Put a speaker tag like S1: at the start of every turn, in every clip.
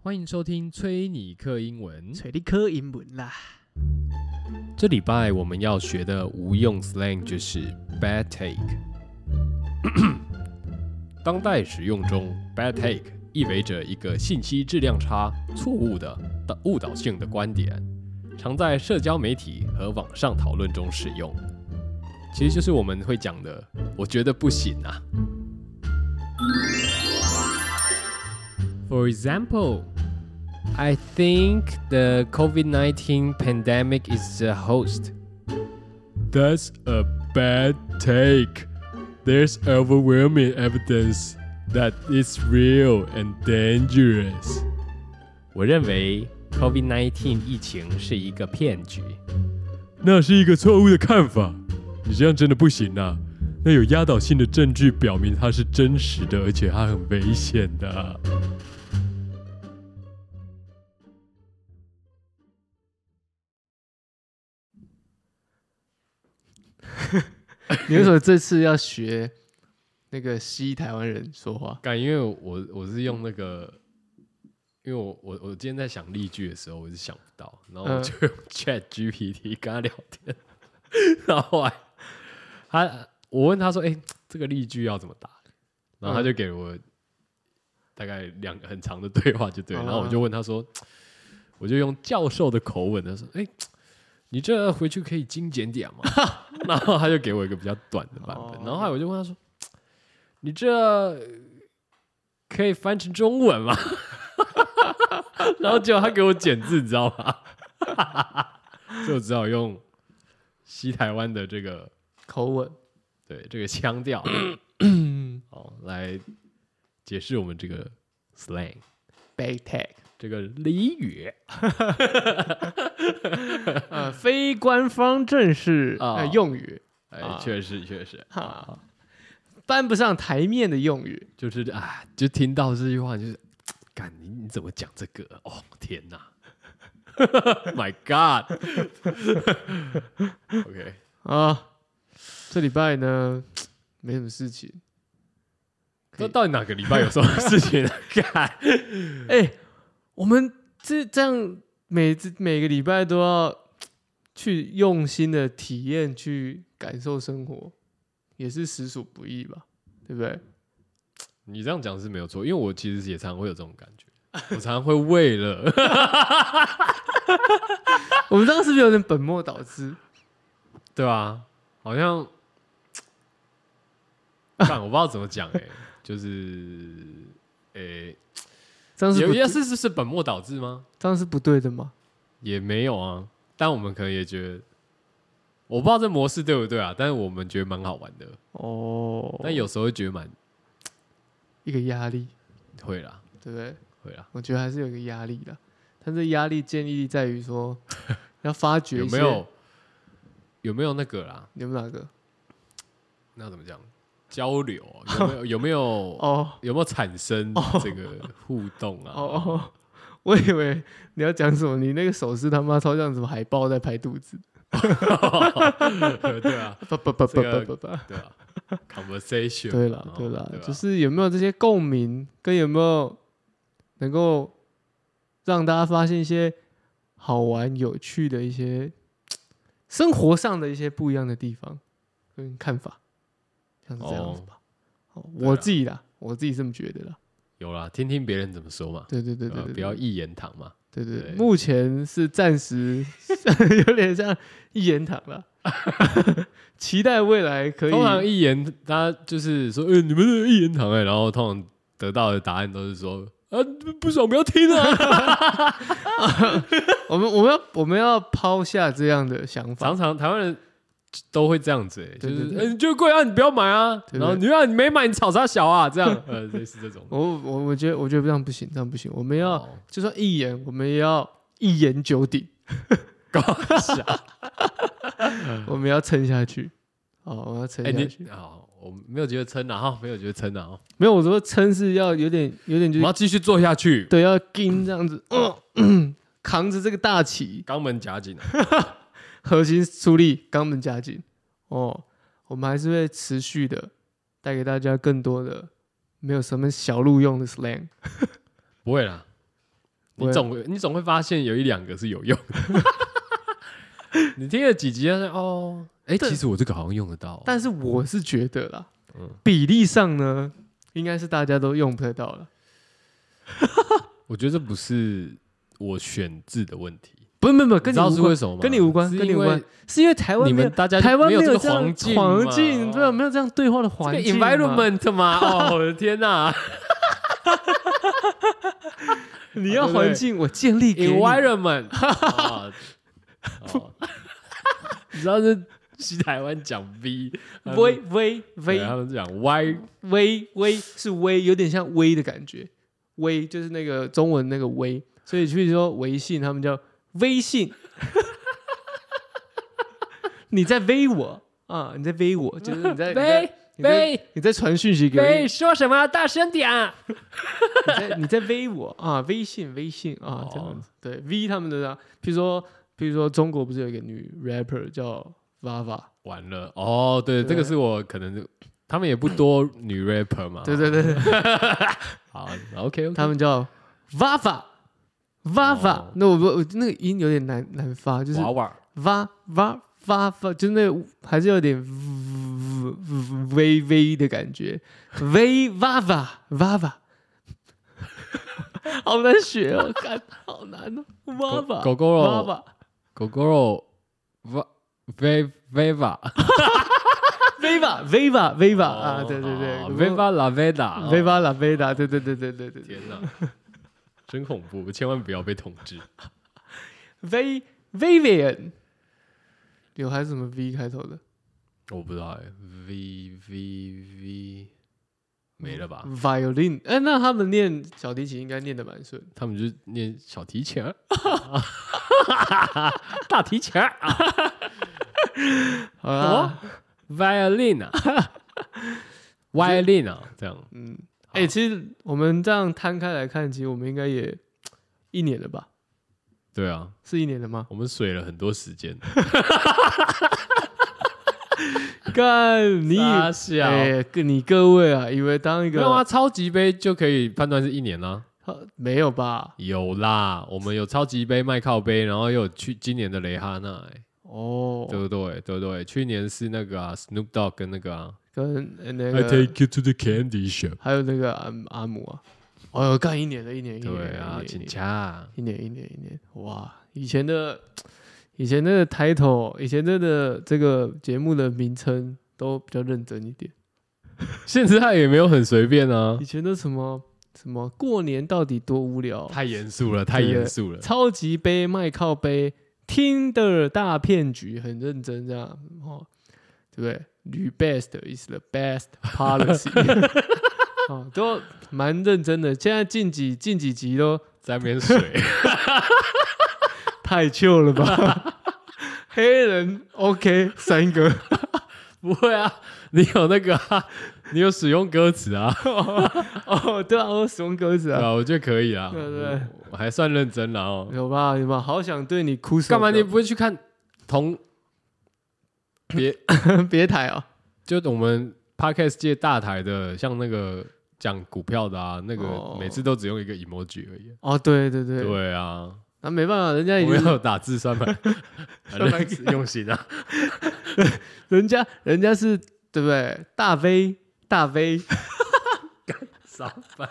S1: 欢迎收听崔尼克英文。
S2: 找你考英文啦。
S1: 这礼拜我们要学的无用 slang 就是 bad take。当代使用中，bad take 意味着一个信息质量差、错误的、的误导性的观点，常在社交媒体和网上讨论中使用。其实就是我们会讲的，我觉得不行啊。For example, I think the COVID 19 pandemic is a host. That's a bad take. There's overwhelming evidence that it's real and dangerous. 我认为 COVID 19疫情是一个骗局。那是一个错误的看法。你这样真的不行啊！那有压倒性的证据表明它是真实的，而且它很危险的、
S2: 你为什么这次要学那个西台湾人说话？
S1: 感，因为我我是用那个，因为我我我今天在想例句的时候，我是想不到，然后我
S2: 嗯
S1: 就用 Chat GPT 跟他聊天， 然后后来他我问他说：“哎、这个例句要怎么打？”然后他
S2: 嗯
S1: 就给我大概两个很长的对话，就对，
S2: 哦
S1: 然后我就问他说：“我就用教授的口吻，他说：‘哎、你这回去可以精简点吗？’ 然后他就给我一个比较短的版本，
S2: 哦
S1: 然后后来我就问他说：‘你这可以翻成中文吗？’ 然后结果他给我剪字，你知道吗？ 所以我只好用西台湾的这个
S2: 口吻
S1: 对这个腔调， 哦，来解释我们这个 slang
S2: ，back tag，
S1: 这个俚语。
S2: 呃，非官方正式
S1: 啊
S2: 呃用语，
S1: 哎，
S2: 啊
S1: 确实确实，
S2: 哈，啊搬不上台面的用语。
S1: 就是啊，就听到这句话就是，干你你怎么讲这个？哦天哪，Oh，My God！OK，、OK，
S2: 啊，这礼拜呢没什么事情。
S1: 那
S2: 可以
S1: 到底哪个礼拜有什么事情呢？ 干，
S2: 哎、我们这这样每次每个礼拜都要去用心的体验，去感受生活，也是实属不易吧？对不对？
S1: 你这样讲是没有错，因为我其实也常会有这种感觉，我常会为了。
S2: 我们这样是不是有点本末倒置？
S1: 对啊，好像，但我不知道怎么讲哎、就是，诶、
S2: 这样是
S1: 有
S2: 不
S1: 也是是是本末倒置吗？
S2: 这样是不对的吗？
S1: 也没有啊，但我们可能也觉得，我不知道这模式对不对啊，但是我们觉得蛮好玩的，
S2: 哦，
S1: 但有时候会觉得蛮
S2: 一个压力，
S1: 会啦，
S2: 对不对？
S1: 会啦，
S2: 我觉得还是有一个压力的，但这压力建立在于说 要发掘
S1: 有
S2: 一
S1: 没
S2: 些
S1: 有有没有那个啦？
S2: 有没有哪个
S1: 那怎么讲？交流哦有没有有没有
S2: 哦。
S1: 有没有产生这个互动
S2: 哦
S1: 啊？
S2: 哦， 我以为你要讲什么，你那个手势他妈超像什么海豹在拍肚子，哦
S1: 对啊，
S2: 不不不
S1: 这
S2: 不
S1: 个
S2: 不不不。
S1: 对啊，conversation
S2: 对了
S1: 哦
S2: 对了
S1: 对，吧
S2: 就是有没有这些共鸣，跟有没有能够让大家发现一些好玩有趣的一些生活上的一些不一样的地方跟看法，像是这样子吧。哦，
S1: 对啊
S2: 我
S1: 啦
S2: 自己啦，我自己这么觉得啦。
S1: 有啦，听听别人怎么说嘛，
S2: 对对对对
S1: 吧
S2: 对，
S1: 呃不要一言堂嘛。
S2: 对对，
S1: 对
S2: 对目前是暂时 有点像一言堂 了，期待未来可以。
S1: 通常一言，大家就是说，呃，你们这一言堂哎、然后通常得到的答案都是说，啊，不爽不要听啊。
S2: 我们我们要我们要抛下这样的 想法
S1: 常，常台湾人都会这样子、哎，就
S2: 对
S1: 是
S2: 对，对
S1: 呃你觉得贵啊，你不要买啊，
S2: 对对
S1: 然后你啊，你没买，你吵啥小啊，这 样，呃，类似这种。
S2: 我啊我我觉得我觉得这样不行，这样不行，我们要、
S1: 哦
S2: 就算一言，我们也要一言九鼎，
S1: 搞 笑，
S2: 我们要撑下去。哦，我们要撑
S1: 嗯哎、
S2: 下去。
S1: 你好，我没有觉得撑啊，哈，没有觉得撑啊，哈
S2: 没有，我说撑是要有点有点
S1: 我
S2: 就
S1: 们
S2: 是
S1: 要继续做下去，
S2: 对，要盯这样子，嗯 扛着这个大旗，
S1: 肛门夹紧啊，
S2: 核心出力，肛门夹紧。哦，我们还是会持续的带给大家更多的没有什么小路用的 slang。
S1: 不会啦，你总你总会发现有一两个是有用 的。你听了几集啊？哦，哎、
S2: 但
S1: 其实我这个好像用得到、哦
S2: 但是我是觉得啦，
S1: 嗯
S2: 比例上呢，应该是大家都用不太到了。
S1: 我觉得这不是我选字的问题，
S2: 不是，不是，不
S1: 你
S2: 是，跟
S1: 知
S2: 你
S1: 道
S2: 无
S1: 是为
S2: 关，
S1: 什么吗？
S2: 跟你无关
S1: 是
S2: 跟你
S1: 因
S2: 无
S1: 为
S2: 关是因为台湾
S1: 你
S2: 没
S1: 们
S2: 有
S1: 大家
S2: 台湾
S1: 没有这个
S2: 这样
S1: 环境嘛，
S2: 环境对啊，没有这样对话的
S1: 这
S2: 环
S1: 个
S2: 境嘛
S1: environment 嘛？哦，我 的天哪、
S2: 你要环境，我建立给
S1: e
S2: 你
S1: n v i r o n m e n t 哦哦你知道是西台湾讲 V，他们
S2: 微微
S1: 对
S2: 微
S1: 他们讲 Y，
S2: 微微是微，有点像微的感觉，微就是那个中文那个微，所以去说微信，他们叫微信。 你在微我啊，你在微我，就是你 在你在
S1: 喂
S2: 你在
S1: 喂
S2: 你在传讯息给我，
S1: 喂，
S2: 你
S1: 说什么？大声点啊！
S2: 在你在微我啊，微信微信啊
S1: 哦，
S2: 这样子。对 V 他们的啊，譬如说譬如说中国不是有一个女 rapper 叫 Vava，
S1: 完了哦，对，
S2: 对
S1: 这个是我可能他们也不多女 rapper 嘛，
S2: 对对对
S1: 啊
S2: 对，
S1: 好，OK，
S2: 他们叫 Vava。Vava，
S1: 哦
S2: 那我不我那个音有点难难发，就是
S1: 娃娃
S2: 哇哇哇哇，就那个还是有点呜呜呜呜微微的感觉，微哇哇哇哇， 好难学哦，看好难哦，哇哇
S1: 狗狗
S2: 哇
S1: 肉
S2: 哇
S1: 狗狗肉哇 v v v a
S2: 微哇微哇微哇啊，对对对
S1: v v a la v e d a
S2: 微哇啦微啦，对对对对对对对，
S1: 天哪，真恐怖，千万不要被统治。
S2: 微 Vivian，有还是什么 V 开头的
S1: 我不知道哎，v v v 没了吧？
S2: ？Violin，哎，那他们念小提琴应该念的蛮顺。
S1: 他们就念小提琴儿， 大提琴儿啊哦
S2: 好啊啦，
S1: ，violin 啊，violin 啊，这样
S2: 嗯，
S1: 好
S2: 哎、其实我们这样摊开来看，其实我们应该也一年了吧？
S1: 对啊。？
S2: 是一年了吗
S1: 我们水了很多时间，
S2: 干你
S1: 傻
S2: 哎、
S1: 小，
S2: 各你各位啊，以为当一
S1: 没
S2: 个
S1: 有啊，超级杯就可以判断是一年啊啦。
S2: 呃没有吧？
S1: 有啦，我们有超级杯、麦靠杯，然后又有去今年的雷哈娜、欸，
S2: 哦，
S1: 对不对？对不对？去年是那个、啊、Snoop Dogg 跟那个啊、
S2: 跟呃那个
S1: you to the candy shop。
S2: 还有那个阿姆阿姆啊，哦，干一年了，一年，一年
S1: 对啊，
S2: 一
S1: 请
S2: 年
S1: 假、啊。
S2: 一年，一年，一年，一年，哇！以前的以前的 title，以前的的这个节目的名称都比较认真一点。
S1: 现在也没有很随便 啊
S2: 以，前的什么什么过年到底多无聊，
S1: 太严肃了，太严肃了。
S2: 超级杯卖靠杯，听的大骗局很认真这样哦，对不对？女 best is the best policy，哦，都蛮认真的。现在近几近几集都
S1: 在那边 水，
S2: 太旧了吧？ 黑人 OK 三个，
S1: 不会啊，你有那个、啊，你有使用歌词啊，
S2: 哦， 对啊，我使用鸽子
S1: 对
S2: 啊，
S1: 啊，我觉得可以啊，
S2: 对对对
S1: 我还算认真了哦。
S2: 有吧有吧？好想对你哭首
S1: 干嘛
S2: 歌
S1: 你不会去看同别啊
S2: 别抬哦，
S1: 就我们 podcast 界大台的，像那个讲股票的啊，那
S2: 哦
S1: 个每次都只用一个 emoji 而已。
S2: 哦，对对对，
S1: 对啊，
S2: 那没办法，人家已
S1: 我
S2: 经
S1: 们要打啊字 算盘，
S2: 算盘
S1: 很用心啊。
S2: 人家人家是对不对？大 V 大 V
S1: 上班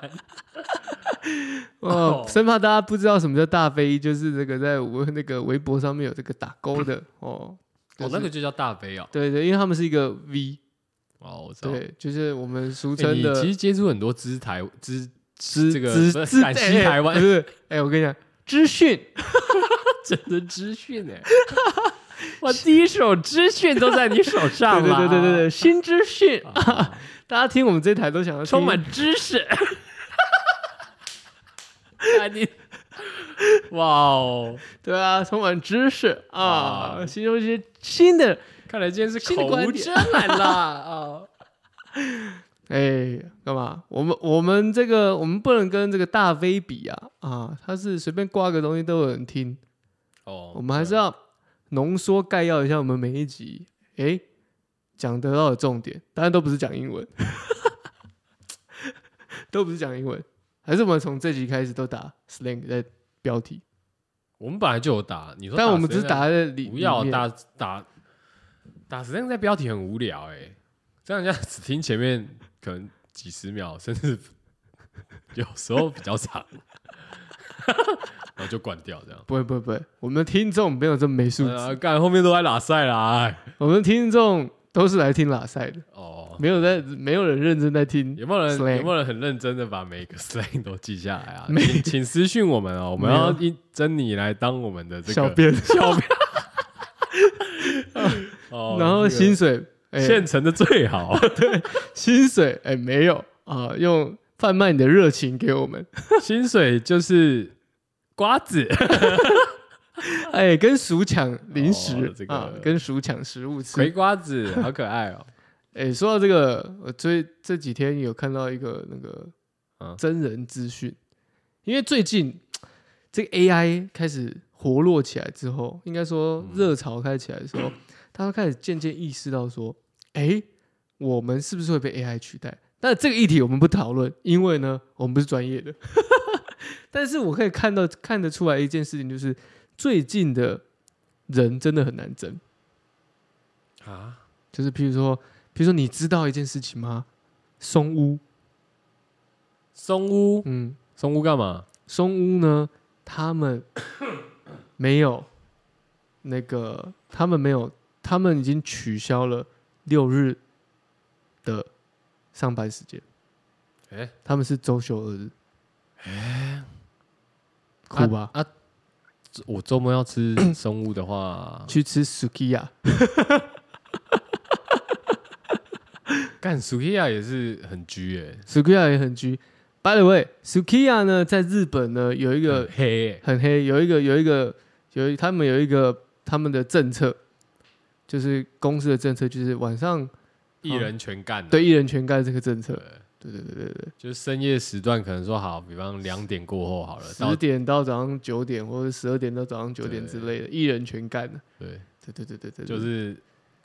S2: 哦
S1: 哦，
S2: 生怕大家不知道什么叫大 V，就是这个在我那个微博上面有这个打勾 的哦。
S1: 哦，
S2: 就是
S1: 那个就叫大杯哦。
S2: 对对，因为他们是一个 V，
S1: 哦，我知道。欸
S2: 对，就是我们俗称
S1: 你
S2: 的
S1: 其实接触很多资台资
S2: 资
S1: 这个
S2: 资
S1: 不是
S2: 资
S1: 陕西
S2: 哎
S1: 台湾
S2: 不是？哎，我跟你讲，资讯
S1: 真的资讯哎， 我第一手资讯都在你手
S2: 对
S1: 上
S2: 对
S1: 了。啊
S2: 对对对对，新 资讯，
S1: 对，
S2: 大家听我们这台都想要
S1: 充
S2: 听
S1: 满知识。 啊你，哇哦！
S2: 对啊，充满知识啊，
S1: 啊
S2: 吸收一些新的
S1: 看来今天是
S2: 新的
S1: 口
S2: 观
S1: 无
S2: 点
S1: 遮拦 啦啊！
S2: 哎，干嘛？我们我们这个我们不能跟这个大 V 比啊啊！他是随便挂个东西都有人听，
S1: 哦
S2: 我们还是要浓缩概要一下我们每一集，哎，讲得到的重点，当然都不是讲英文， 都不是讲英文，还是我们从这集开始都打 slang 在标题，
S1: 我们本来就有打，你说，
S2: 但我们只是打在里
S1: 不要
S2: 里面
S1: 打打打实战赛标题很无聊哎、这样人家只听前面可能几十秒， 甚至有时候比较长， 然后就关掉这样。
S2: 不会不会不会，我们的听众没有这么没素质，
S1: 啊，干后面都在拉赛啦！哎
S2: 我们的听众都是来听拉赛的，
S1: 哦，
S2: 没有在没有人认真在听，
S1: 有没有人
S2: Slang
S1: 有没有人很认真的把每一个 slang 都记下来 啊？
S2: 没
S1: 请请私讯我们哦，我们
S2: 没有
S1: 要一珍妮来当我们的这
S2: 小
S1: 个
S2: 编，
S1: 小编。 哦
S2: 然后
S1: 这个
S2: 薪水，哎、
S1: 现成的最 好，
S2: 薪水哎、没有啊、用贩卖你的热情给我们，
S1: 薪水就是瓜子。
S2: 哎、跟鼠抢零食、
S1: 哦这个
S2: 啊，跟鼠抢食物吃
S1: 葵，瓜子，好可爱哦！
S2: 哎、说到这个，我最这几天有看到一个那
S1: 嗯
S2: 个真人资讯，因为最近这个 AI 开始活络起来之后，应该
S1: 嗯
S2: 说热潮开始起来的时候，大家开始渐渐意识到说，哎、我们是不是会被 AI 取代？但这个议题我们不讨论，因为呢，我们不是专业的。 但是我可以看到看得出来一件事情，就是最近的人真的很难争。
S1: 啊，
S2: 就是譬如说，譬如说你知道一件事情吗？松屋，
S1: 松屋，
S2: 嗯，
S1: 松屋干嘛？
S2: 松屋呢，他们 没有那个，他们没有，他们已经取消了六日的上班时间，
S1: 哎，
S2: 他们是周休二日，酷吧？
S1: 啊，我周末要 吃松屋的话，
S2: 去吃 Sukiya，
S1: 干 Sukiya 也是很居哎，
S2: Sukiya 也很居。By the way，Sukiya 呢，在日本呢有一个哦
S1: 很黑欸，
S2: 很黑，有一个有一个有一他们有一个他们的政策，就是公司的政策，就是晚上
S1: 一人全干啊
S2: 对一人全干这个政策
S1: 对，
S2: 对对对对对，
S1: 就是深夜时段可能说好，比方两点过后好了，呃到
S2: 十点到早上九点或者十二点到早上九点
S1: 对
S2: 之类的，一人全干的，
S1: 对，
S2: 对对对对对，对？
S1: 就是，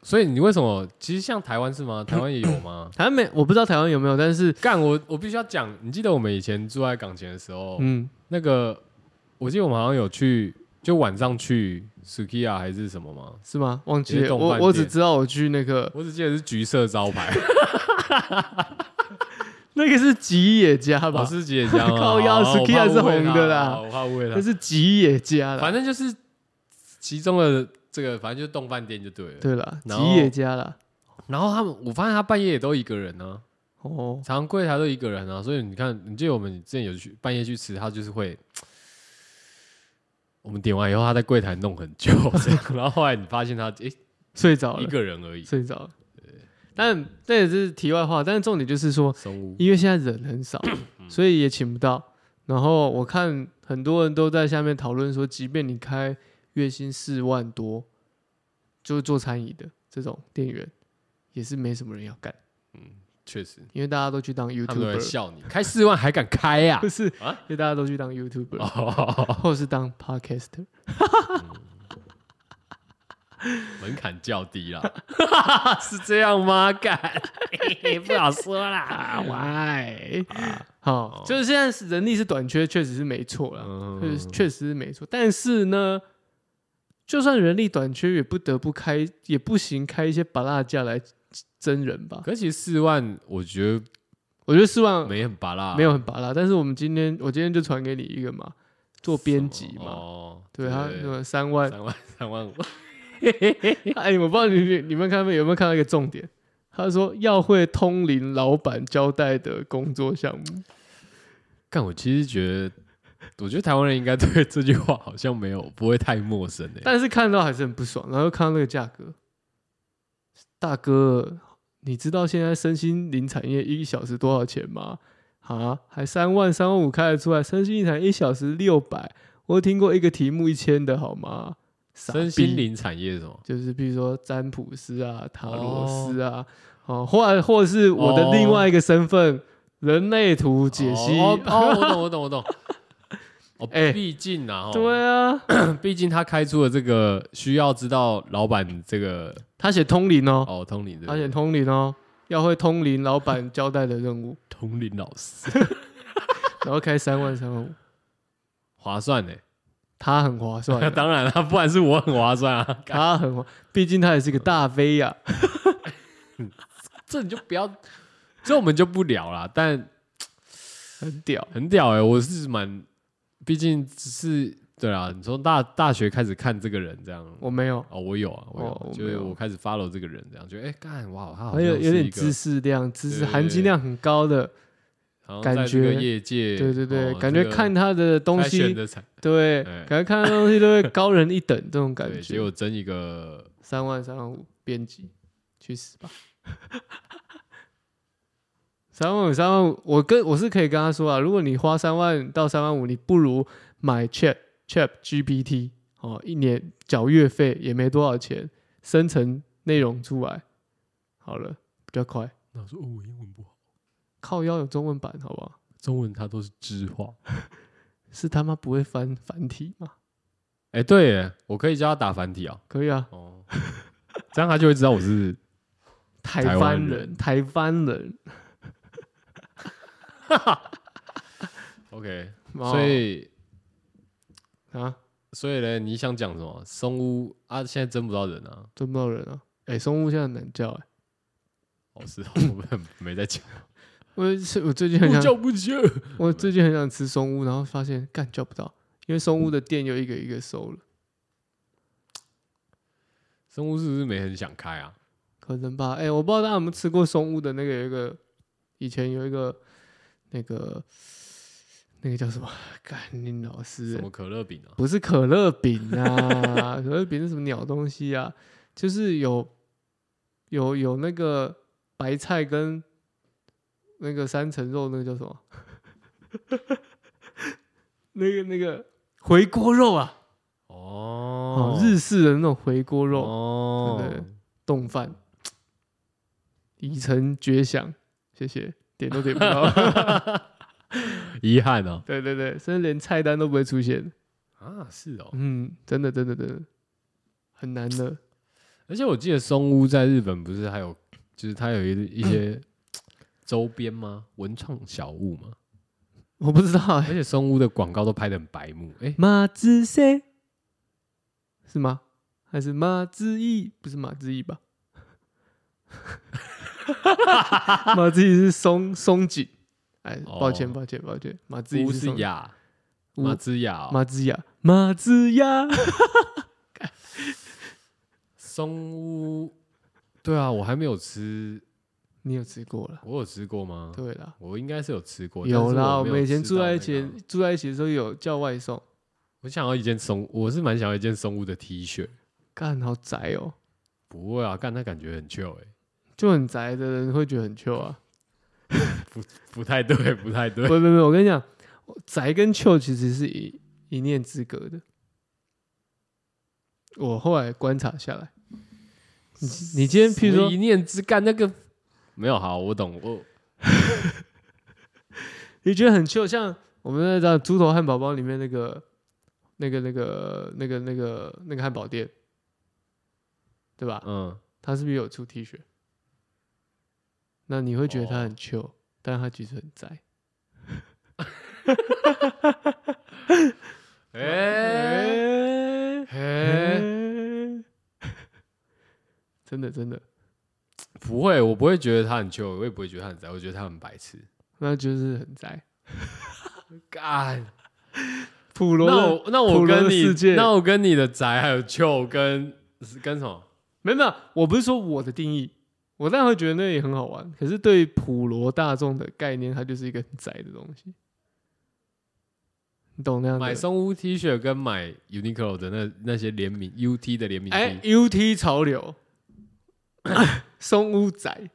S1: 所以你为什么？其实像台湾是吗？台湾也有吗
S2: 台湾没我不知道台湾有没有，但是
S1: 干我我必须要讲，你记得我们以前住在港前的时候，
S2: 嗯
S1: 那个我记得我们好像有去，就晚上去 Sukiya 还是什么吗？
S2: 是吗？忘记
S1: 有一
S2: 了，
S1: 栋饭
S2: 我
S1: 店
S2: 我只知道我去那个
S1: 我只记得是橘色招牌，
S2: 那个是吉野家
S1: 老
S2: 吧，
S1: 师姐 讲啊
S2: 靠腰 Sukiya 是红的啦
S1: 我怕误会
S2: 那
S1: 了。
S2: 是吉野家啦，
S1: 反正就是其中的这个，反正就是动饭店就对了。
S2: 对啦，
S1: 然后
S2: 吉野家啦，
S1: 然后他们，我发现他半夜也都一个人啊呢、
S2: 哦，
S1: 常柜台都一个人啊，所以你看，你记得我们之前有去半夜去吃，他就是会， 我们点完以后，他在柜台弄很久， 这样，然后后来你发现他诶、
S2: 睡着
S1: 一
S2: 了，
S1: 个人而已，
S2: 睡着了，但这也是题外话，但是重点就是说。
S1: 松屋
S2: 因为现在人很少，
S1: 嗯
S2: 所以也请不到。然后我看很多人都在下面讨论说，即便你开月薪四万多，就是做餐饮的这种店员，也是没什么人要干，
S1: 确实，
S2: 因为大家都去当
S1: 他们都在
S2: YouTuber，
S1: 笑你，开四万还敢开呀、
S2: 不 是，
S1: 啊
S2: 因为大家都去当 YouTuber，、
S1: 哦，
S2: 或者是当 Podcaster。
S1: 门槛较低啦， 是这样吗？ 干，不好说啦，
S2: 喂，哎
S1: 啊
S2: 好，就是现在是人力是短缺，确实是没错啦。确
S1: 嗯
S2: 实，确实是没错。但是呢，就算人力短缺，也不得不开，也不行开一些拔蜡价来真人吧。
S1: 可是其实四万我觉得
S2: 我觉得四万
S1: 没很拔啊啦，
S2: 没有很拔蜡，但是我们今天我今天就传给你一个嘛，做编辑
S1: 什么
S2: 嘛，
S1: 哦，
S2: 对他那么三万，
S1: 三万三万五，
S2: 哎，我不知道你你你们看没有没有看到一个重点？他说要会通灵老板交代的工作项目，
S1: 干，我其实觉得，我觉得台湾人应该对这句话好像没有不会太陌生欸诶、
S2: 但是啊看到还是很不爽，然后看到那个价格，大哥，你知道现在身心灵产业一小时多少钱吗？啊，还三万三万五开得出来，身心灵产业一小时六百，我听过一个题目一千的好吗？傻
S1: 身
S2: 逼
S1: 心灵产业是什么？
S2: 就是比如说占卜师啊、塔罗师啊，哦，或或是我的
S1: 哦
S2: 另外一个身份，人类图解析，
S1: 哦，哦我懂，我懂，我 懂。哦，
S2: 哎
S1: 毕竟啊，哦
S2: 对啊，
S1: 毕竟他开出了这个需要知道老板这个
S2: 他写通灵哦，
S1: 哦，通灵的
S2: 他写通灵哦，要会通灵老板交代的任务。
S1: 通灵老师，
S2: 然后开三万三万五，
S1: 划算呢、欸。，
S2: 它很划算啊
S1: 当然了，不然是我很划算啊。
S2: 它很划，毕竟它也是个大飞呀、
S1: 这你就不要， 这我们就不聊了。但
S2: 很屌。
S1: 很屌哎、我是蛮，毕竟只是对啊，你从大大学开始看这个人这样。
S2: 我没有，
S1: 哦，我有啊，我有啊，
S2: 哦我
S1: 就
S2: 没
S1: 是
S2: 有
S1: 我开始 follow 这个人，这样觉得哎干哇，他好
S2: 还
S1: 像
S2: 有
S1: 是
S2: 有
S1: 一
S2: 点
S1: 个
S2: 知识量、知
S1: 对
S2: 识
S1: 对对
S2: 含金量很高的，
S1: 好像
S2: 感
S1: 在这个
S2: 觉
S1: 业界，
S2: 对对对，
S1: 哦
S2: 感
S1: 这
S2: 觉
S1: 个
S2: 看他的东
S1: 该选
S2: 西，
S1: 的才
S2: 对，
S1: 哎
S2: 感觉看他的东西都会高人一等这种感
S1: 对，结
S2: 觉
S1: 果。争一个
S2: 三万三万五，编辑，去死吧！三万五，三万五，我跟我是可以跟他说啊，如果你花三万到三万五，你不如买 Chat Chat GPT 哦，一年缴月费也没多少钱，生成内容出来，好了，比较快。
S1: 那我说哦，我英文不好，
S2: 靠腰有中文版，好不好？
S1: 中文它都是知话。
S2: 是他妈不会翻繁体吗？
S1: 哎、对耶，我可以教他打繁体啊。
S2: 可以啊，
S1: 哦，这样他就会知道我是
S2: 台
S1: 台湾
S2: 湾
S1: 人
S2: 人，台湾人，
S1: OK。
S2: 哦
S1: 所以，
S2: 啊，
S1: 所以呢，你想讲什么？松屋啊，现在争不到人啊。
S2: 真不到人啊！哎、松屋现在很难叫哎、
S1: 哦，是， 我们没在讲，
S2: 我是我最近很
S1: 不
S2: 想
S1: 叫不叫。
S2: 我最近很想吃松屋，然后发现干叫不到，因为松屋的店又一个一个收了，
S1: 松屋是不是没很想开啊？
S2: 可能吧？哎、我不知道大家有没有吃过松屋的那个有一个，以前有一个那个那个叫什么？干你老师
S1: 什
S2: 欸
S1: 么可乐饼啊？
S2: 不是可乐饼啊， 可乐饼是什么鸟东西啊？就是有有有那个白菜跟那个三层肉，那个叫什么？ 那个那个回锅肉啊！
S1: 哦
S2: 哦，，日式的那种回锅肉对
S1: 哦
S2: 对，冻饭，已成绝响，谢谢，点都点不到，
S1: 遗憾哦。
S2: 对对对，甚至连菜单都不会出现，
S1: 啊，是哦。
S2: 嗯，真的真的真的很难的，
S1: 而且我记得松屋在日本不是还有， 就是它有一一 些周边吗？文创小物嘛。
S2: 我不知道哎、
S1: 而且松屋的广告都拍的很白目，哎、
S2: 马子谁是吗？还是马子义？不是马子义吧？ 马子义是松松紧，哎，抱歉
S1: 哦
S2: 抱歉抱歉，马子义
S1: 乌是
S2: 松
S1: 雅，
S2: 乌
S1: 马之雅哦、
S2: 马子雅，马子雅，
S1: 松屋，对啊，我还没有吃，
S2: 你有吃过了？
S1: 我有吃过吗？
S2: 对啦，
S1: 我应该是有吃过，但
S2: 有
S1: 是
S2: 啦。
S1: 嗯我
S2: 我
S1: 没
S2: 们以前
S1: 吃
S2: 住
S1: 到
S2: 在
S1: 那
S2: 一起
S1: 个，
S2: 住在一起的时候有叫外送，
S1: 我想要一件松，我是蛮想要一件松屋的 T 恤。
S2: 干好宅哦、
S1: 不会啊，干他感觉很 chill 哎、
S2: 就很宅的人会觉得很 Q 啊。
S1: 不太对，不太对
S2: 不。不不，我跟你讲，宅跟 Q 其实是一一念之隔的。我后来观察下来，你你今天譬如
S1: 什么
S2: 说
S1: 一念之干那个没有好，我懂我
S2: 你觉得很 Q，像我们在讲猪头汉堡包里面那个那个那个那个那个那个汉堡店，对吧？
S1: 嗯，
S2: 他是不是有出 T 恤？那你会觉得他很 chill，、但他其实很宅。
S1: 哎、
S2: 哎
S1: 哎
S2: 真的真的，
S1: 不会，我不会觉得他很 chill，我也不会觉得他很宅，我觉得他很白痴。
S2: 那就是很宅。
S1: 干，
S2: 普罗
S1: 那
S2: 的
S1: 我那我
S2: 普罗的
S1: 跟你
S2: 世界
S1: 那我跟你的宅还有 chill 跟跟什么？
S2: 没有没有，我不是说我的定义，我当然会觉得那也很好玩。可是对于普罗大众的概念，它就是一个很宅的东西。你懂那样
S1: 买
S2: 的？
S1: 松屋 T 恤跟买 Uniqlo 的那那些联名 UT 的联名 T，、
S2: 哎，UT 潮流， 松屋宅，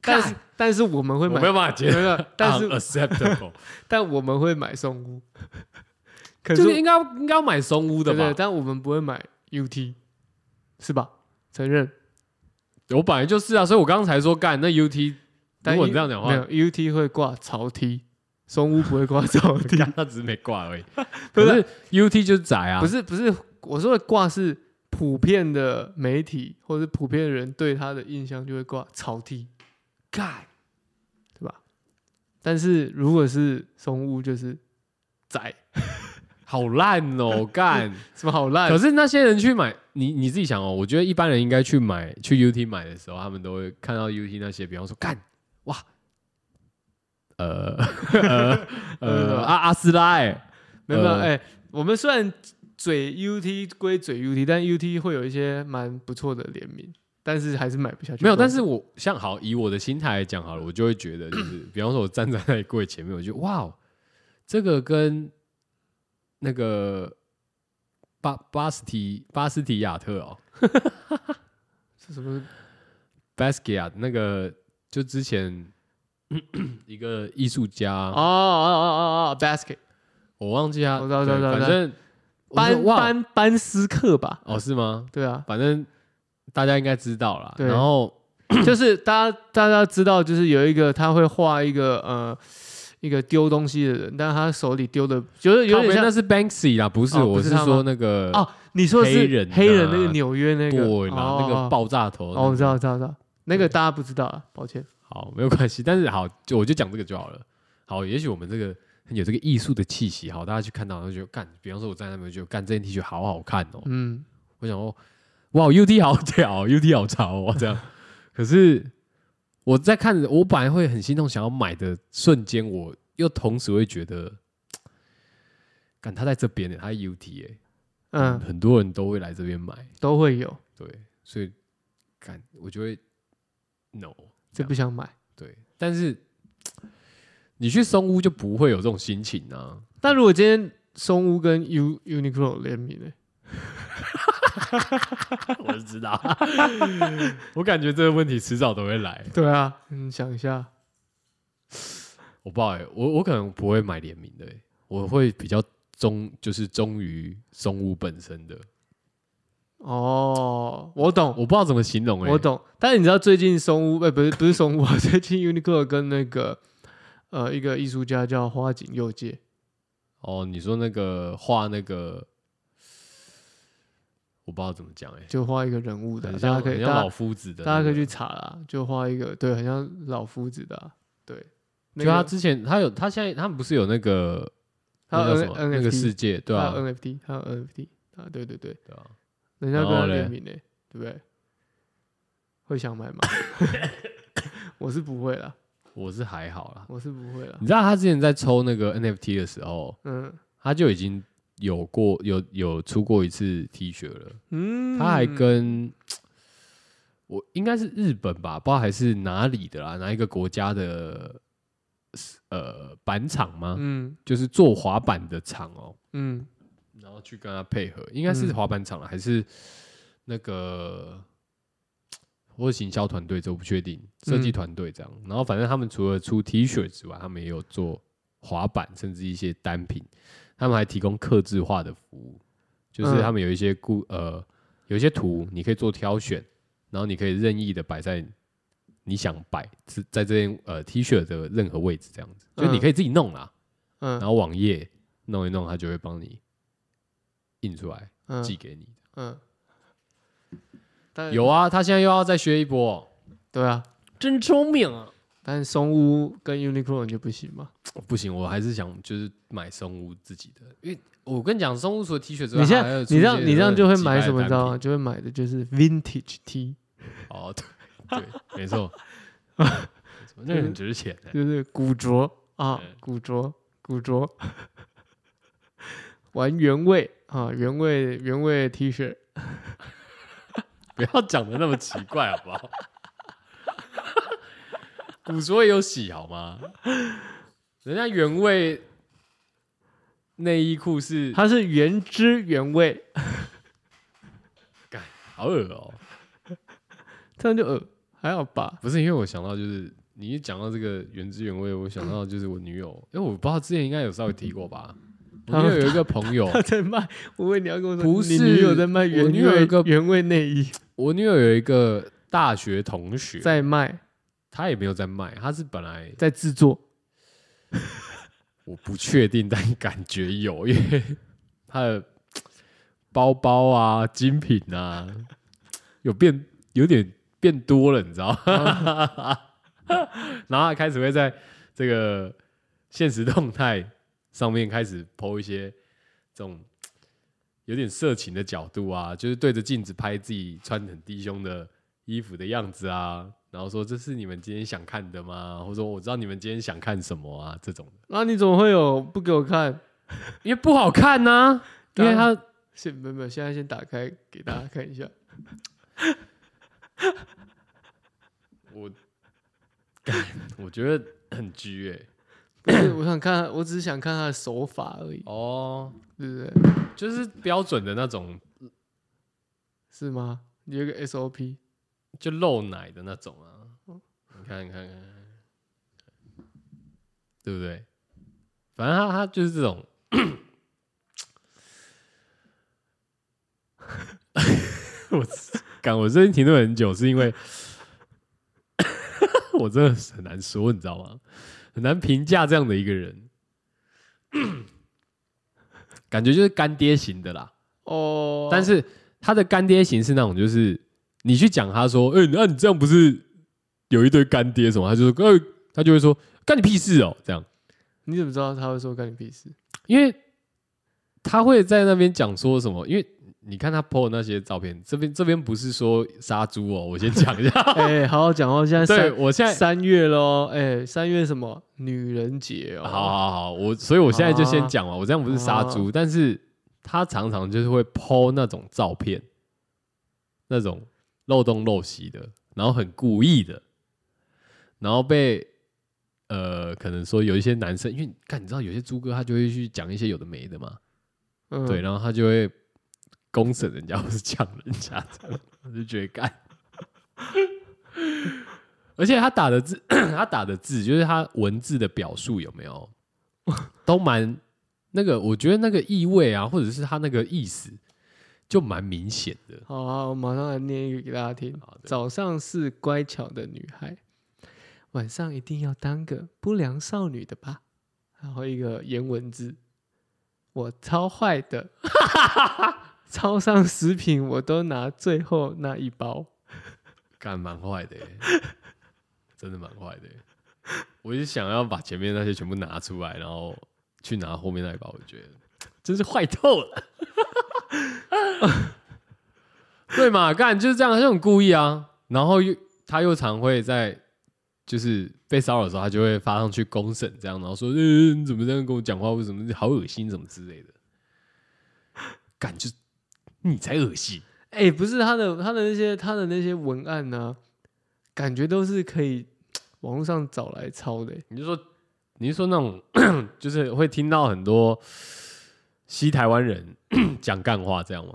S2: 但是但是我们会
S1: 我
S2: 买
S1: 没有办法接啊
S2: 没
S1: 受，
S2: 有， 但是
S1: unacceptable，
S2: 但我们会买松屋， 可
S1: 就是是应该应该要买松屋的
S2: 对
S1: 吧？
S2: 对，但我们不会买 UT，是吧？承认？
S1: 我本来就是啊，所以我刚才说干那 UT，
S2: 但
S1: 如果
S2: U-
S1: 你这样讲
S2: 没
S1: 话，
S2: 有 UT 会挂潮 T，松屋不会挂潮 T，
S1: 干他只是没挂而已。
S2: 不
S1: 可
S2: 是
S1: 是 UT 就是宅啊，
S2: 不是不是，我说的挂是普遍的媒体或者普遍的人对他的印象就会挂潮 T，
S1: 干
S2: 对吧？但是如果是松屋就是宅，
S1: 好烂 哦，干！
S2: 什么好烂
S1: 可？是那些人去买，你你自己想哦，我觉得一般人应该去买去 UT 买的时候，他们都会看到 UT 那些，比方说干哇，呃 呃呃阿阿斯拉哎、
S2: 没有没有，
S1: 呃
S2: 哎、我们虽然嘴 UT 归嘴 UT，但 UT 会有一些蛮不错的联名，但是还是买不下去。
S1: 没有，但是我像好以我的心态来讲好了，我就会觉得就是，比方说我站在那柜前面，我就哇哦，这个跟那个巴巴斯提巴斯提亚特哦
S2: 是什么？
S1: ，Basquiat 那个就之前 一个艺术家，
S2: 哦哦哦哦哦，basket
S1: 我忘记他，
S2: 我知道
S1: 对
S2: 知道知道
S1: 反正我
S2: 班
S1: 就哇
S2: 班班斯克吧？
S1: 哦是吗？
S2: 对啊，
S1: 反正大家应该知道啦。
S2: 对
S1: 然后
S2: 就是大家大家知道，就是有一个他会画一个呃一个丢东西的人，但是他手里丢的就是有
S1: 靠
S2: 点
S1: 边那
S2: 像
S1: 是 Banksy 啦，不是，
S2: 哦不
S1: 我
S2: 是
S1: 是
S2: 他吗
S1: 说那个
S2: 哦，你说的是
S1: 黑人啊
S2: 黑人那个纽约那个
S1: 对啦，那个
S2: 爆
S1: 爆炸头那个。
S2: 哦，我知道我知道我知道，那个大家不知道啊，抱歉。
S1: 好，没有关系，但是好，就我就讲这个就好了。好，也许我们这个有这个艺术的气息，好，大家去看到，然后就觉得干，比方说我站在那边就觉得干这件 T 恤好好看哦，
S2: 嗯，
S1: 我想哦，哇，UT 好屌，UT 好潮哦，这样。可是我在看，我本来会很心动想要买的瞬间，我又同时会觉得，干他在这边呢，他在 UT 哎、嗯，
S2: 嗯，
S1: 很多人都会来这边买，
S2: 都会有，
S1: 对，所以干我就会 no。
S2: 这不想买。
S1: 对，但是你去松屋就不会有这种心情啊。
S2: 但如果今天松屋跟 U Uniqlo 联名呢？
S1: 我知道， 我感觉这个问题迟早都会来。
S2: 对啊，嗯，想一下，
S1: 我不知道欸我我可能不会买联名的欸、我会比较忠，就是忠于松屋本身的。
S2: 哦，我懂，
S1: 我不知道怎么形容哎、
S2: 我懂。但是你知道最近松屋，呃，不是不是松屋啊， 最近 Uniqlo 跟那个呃一个艺术家叫花井佑介，
S1: 哦，你说那个画那个，我不知道怎么讲哎、
S2: 就画一个人物的，
S1: 很
S2: 大家
S1: 像
S2: 可以
S1: 很
S2: 大
S1: 像
S2: 家
S1: 老夫子的那个、
S2: 大家可以去查啦，就画一个，对，很像老夫子的啊、对。那
S1: 就他
S2: 个
S1: 之前他有他现在他们不是有那个
S2: 他有
S1: 那叫什么
S2: N-
S1: 那个
S2: NFT
S1: 世界对
S2: 还
S1: 啊
S2: 有 NFT，还有 NFT 啊，对对对，
S1: 对啊，
S2: 人家
S1: 然
S2: 跟
S1: 后
S2: 他
S1: 嘞
S2: 联名呢、对不对？会想买吗？ 我是不会啦，
S1: 我是还好啦。
S2: 我是不会啦。
S1: 你知道他之前在抽那个 NFT 的时候，
S2: 嗯
S1: 他就已经有过有有出过一次 T 恤了。
S2: 嗯，
S1: 他还跟、我应该是日本吧，不知道还是哪里的啦，哪一个国家的呃板厂吗？
S2: 嗯
S1: 就是做滑板的厂哦、
S2: 嗯
S1: 然后去跟他配合，应该是
S2: 嗯
S1: 滑板厂了，还是那个或者行销团队，这我不确定，设计
S2: 嗯
S1: 团队这样。然后反正他们除了出 T 恤之外，他们也有做滑板，甚至一些单品，他们还提供客制化的服务，就是
S2: 嗯
S1: 他们有一些固呃有一些图，你可以做挑选，然后你可以任意的摆在。你想摆在在这件呃 T 恤的任何位置，这样子，就是你
S2: 嗯
S1: 可以自己弄啦，然
S2: 嗯
S1: 后网页弄一弄，它就会帮你印出来寄
S2: 嗯
S1: 给你。
S2: 嗯，但
S1: 有啊，他现在又要再学一波哦，
S2: 对啊，
S1: 真聪明啊！
S2: 但是松屋跟 Uniqlo 你就不行嘛？
S1: 不行，我还是想就是买松屋自己的，因为我跟你讲，松屋除了 T 恤之外，
S2: 你现
S1: 啊还
S2: 在
S1: 有
S2: 你这样
S1: 出一些
S2: 你这样就会买
S1: 很
S2: 什么，
S1: 奇怪
S2: 你知
S1: 的
S2: 道吗？就会买的就是 vintage T，
S1: 单品哦，对对，没 错，没错那个很值钱欸的。
S2: 就是古着啊
S1: 嗯，
S2: 古着古着， 玩原味啊，原味原味 T 恤，
S1: 不要讲的那么奇怪，好不好？ 古着也有洗好吗？人家原味内衣裤是
S2: 它是原汁原味，
S1: 好恶哦、
S2: 这样就呃还好吧？
S1: 不是因为我想到就是你一讲到这个原汁原味，我想到就是我女友，因为我不知道之前应该有稍微提过吧。我女友有一个朋友，
S2: 他在卖，我问你要跟我说，
S1: 不
S2: 你女友
S1: 是
S2: 在卖原
S1: 我女友有
S2: 味
S1: 一个
S2: 原味内 衣
S1: 我女友有一个大学同学，
S2: 在卖，
S1: 她也没有在卖，她是本来
S2: 在制作，
S1: 我不确定，但感觉有， 因为她的包包啊、精品啊，有变有点变多了，你知道？ 然后她开始会在这个现实动态上面开始 PO 一些这种有点色情的角度啊，就是对着镜子拍自己穿很低胸的衣服的样子啊，然后说这是你们今天想看的吗？或者说我知道你们今天想看什么啊，这种的，
S2: 那、你怎么会有不给我看？
S1: 因为不好看呐、因为他
S2: 现没有没有，现在先打开给大家看一下。
S1: 我，干，我觉得很拘哎、
S2: 不是，我想看，我只是想看他的手法而已，
S1: 哦，
S2: 对不对？
S1: 就是标准的那种
S2: 是吗？有一个 SOP，
S1: 就露奶的那种啊，你看看看看，对不对？反正他他就是这种， 我敢我最近停顿很久，是因为我真的很难说，你知道吗？很难评价这样的一个人， 感觉就是干爹型的啦。
S2: 哦，
S1: 但是他的干爹型是那种，就是你去讲他说，哎、那你这样不是有一堆干爹什么？他就说，哎、他就会说，干你屁事哦，这样，
S2: 你怎么知道他会说干你屁事？
S1: 因为他会在那边讲说什么，因为。你看他 PO 的那些照片，这边这边不是说杀猪哦，我先讲一下。
S2: 哎、好好讲哦，现在
S1: 对
S2: 三
S1: 我现在，
S2: 三月喽，哎、三月什么女人节哦，
S1: 好好好，我所以我现在就先
S2: 啊
S1: 讲嘛，我这样不是杀猪，但是他常常就是会 PO 那种照片，那种漏洞漏西的，然后很故意的，然后被呃，可能说有一些男生，因为看你知道有些猪哥他就会去讲一些有的没的嘛，
S2: 嗯
S1: 对，，然后他就会公审人家或是呛人家，这样 我就觉得干。而且他打的字， 他打的字就是他文字的表述有没有，都蛮那个，我觉得那个意味啊，或者是他那个意思，就蛮明显的。
S2: 好啊，我马上来念一个给大家听
S1: 好。的
S2: 早上是乖巧的女孩，晚上一定要当个不良少女的吧？然后一个颜文字，我超坏的， 超商食品我都拿最后那一包。
S1: 干蛮坏的欸，真的蛮坏的欸。我就想要把前面那些全部拿出来，然后去拿后面那一把，我觉得真是坏透了。对嘛，干就是这样，他就很故意啊。然后又他又常会在就是被骚扰的时候，他就会发上去公审这样，然后说：“嗯、你怎么这样跟我讲话？为什么好恶心？怎么之类的？”干就你才恶心。
S2: 哎，不是他的，他的那些，他的那些文案呢、感觉都是可以网络上找来抄的。欸
S1: 你就说，你是说那种 就是会听到很多西台湾人 讲干话这样 吗？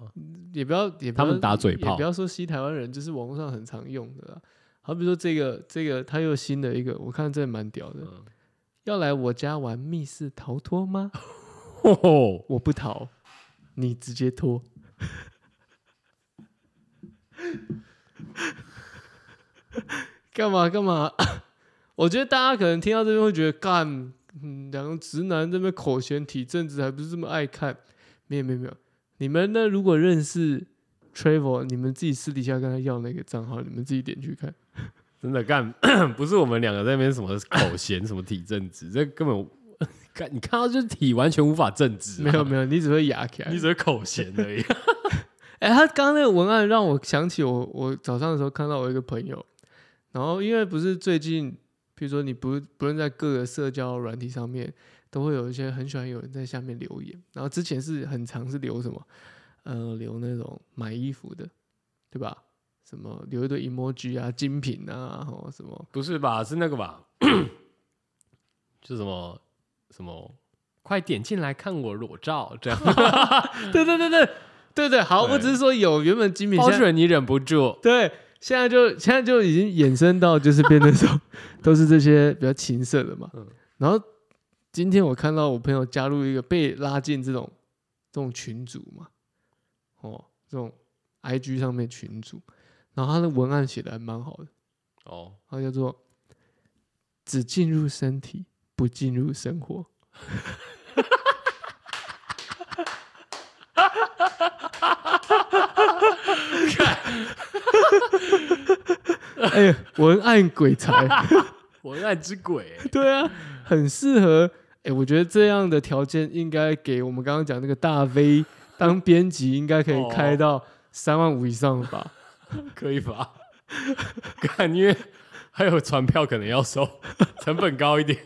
S2: 也不要也不
S1: 他
S2: 要
S1: 们打嘴炮
S2: 也不要说西台湾人，就是网络上很常用的啦。好比说这个这个，他又新的一个，我看真的蛮屌的。
S1: 嗯
S2: 要来我家玩密室逃脱吗？
S1: 哦，
S2: 我不逃，你直接脱。 干嘛干嘛？ 我觉得大家可能听到这边会觉得干，嗯，两个直男这边口嫌体正直，还不是这么爱看。没有没有没有，你们呢？如果认识 Travel，你们自己私底下跟他要那个账号，你们自己点去看。
S1: 真的干， 不是我们两个在那边什么口嫌什么体正直，这根本 干你看到就是体完全无法正直、
S2: 没有没
S1: 有，
S2: 有，你只会牙起来
S1: 你。只是口嫌而已。
S2: 哎、他刚刚那个文案让我想起我我早上的时候看到我一个朋友，然后因为不是最近，比如说你不不论在各个社交软体上面，都会有一些很喜欢有人在下面留言，然后之前是很常是留什么，呃，留那种买衣服的，对吧？什么留一堆 emoji 啊，精品啊，哦 什么
S1: 不是吧？是那个吧？ 就什么什么，快点进来看我裸照这 样，
S2: 对对对对对对，好，我
S1: 对
S2: 只是说有原本精品，
S1: 包
S2: 现在
S1: 准你忍不住。
S2: 对，现在就现在就已经衍生到就是变成说都是这些比较情色的嘛。
S1: 嗯
S2: 然后今天我看到我朋友加入一个被拉进这种这种群组嘛，哦，这种 IG 上面群组，然后他的文案写的还蛮好的，
S1: 哦，
S2: 它叫做“只进入身体，不进入生活”。哎呀，文案鬼才，
S1: 我爱之鬼欸、
S2: 对啊，很适合。哎、哎，我觉得这样的条件应该给我们刚刚讲那个大 V 当编辑，应该可以开到三万五以上吧？
S1: 可以吧？ 看，因为还有船票可能要收，成本高一点。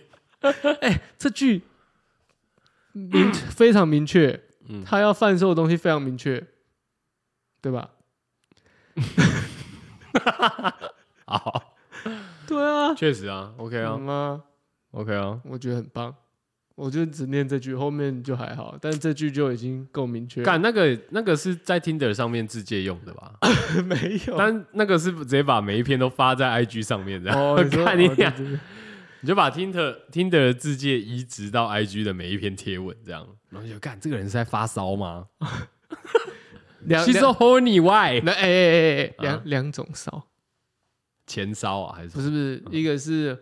S2: 这句明非常明确，
S1: 嗯，
S2: 他要贩售的东西非常明确，对吧？
S1: 好，
S2: 对啊，
S1: 确实啊，OK 啊
S2: 嗯啊，
S1: ，OK 啊，
S2: 我觉得很棒。我就只念这句，后面就还好，但这句就已经够明确
S1: 啊
S2: 了。
S1: 干那个那个是在 Tinder 上面自借用的吧？
S2: 没有？
S1: 但那个是直接把每一篇都发在 IG 上面的。
S2: 哦，你说
S1: 看你
S2: 哦对
S1: 俩
S2: 对对
S1: 你就把 Tinder Tinder 的字界移植到 IG 的每一篇贴文，这样，然后就干这个人是在发烧吗
S2: 两
S1: ？She's so horny, why？
S2: 那哎哎哎哎，
S1: 啊
S2: 两两种烧，
S1: 前烧啊，还
S2: 不
S1: 是
S2: 是不是，一个是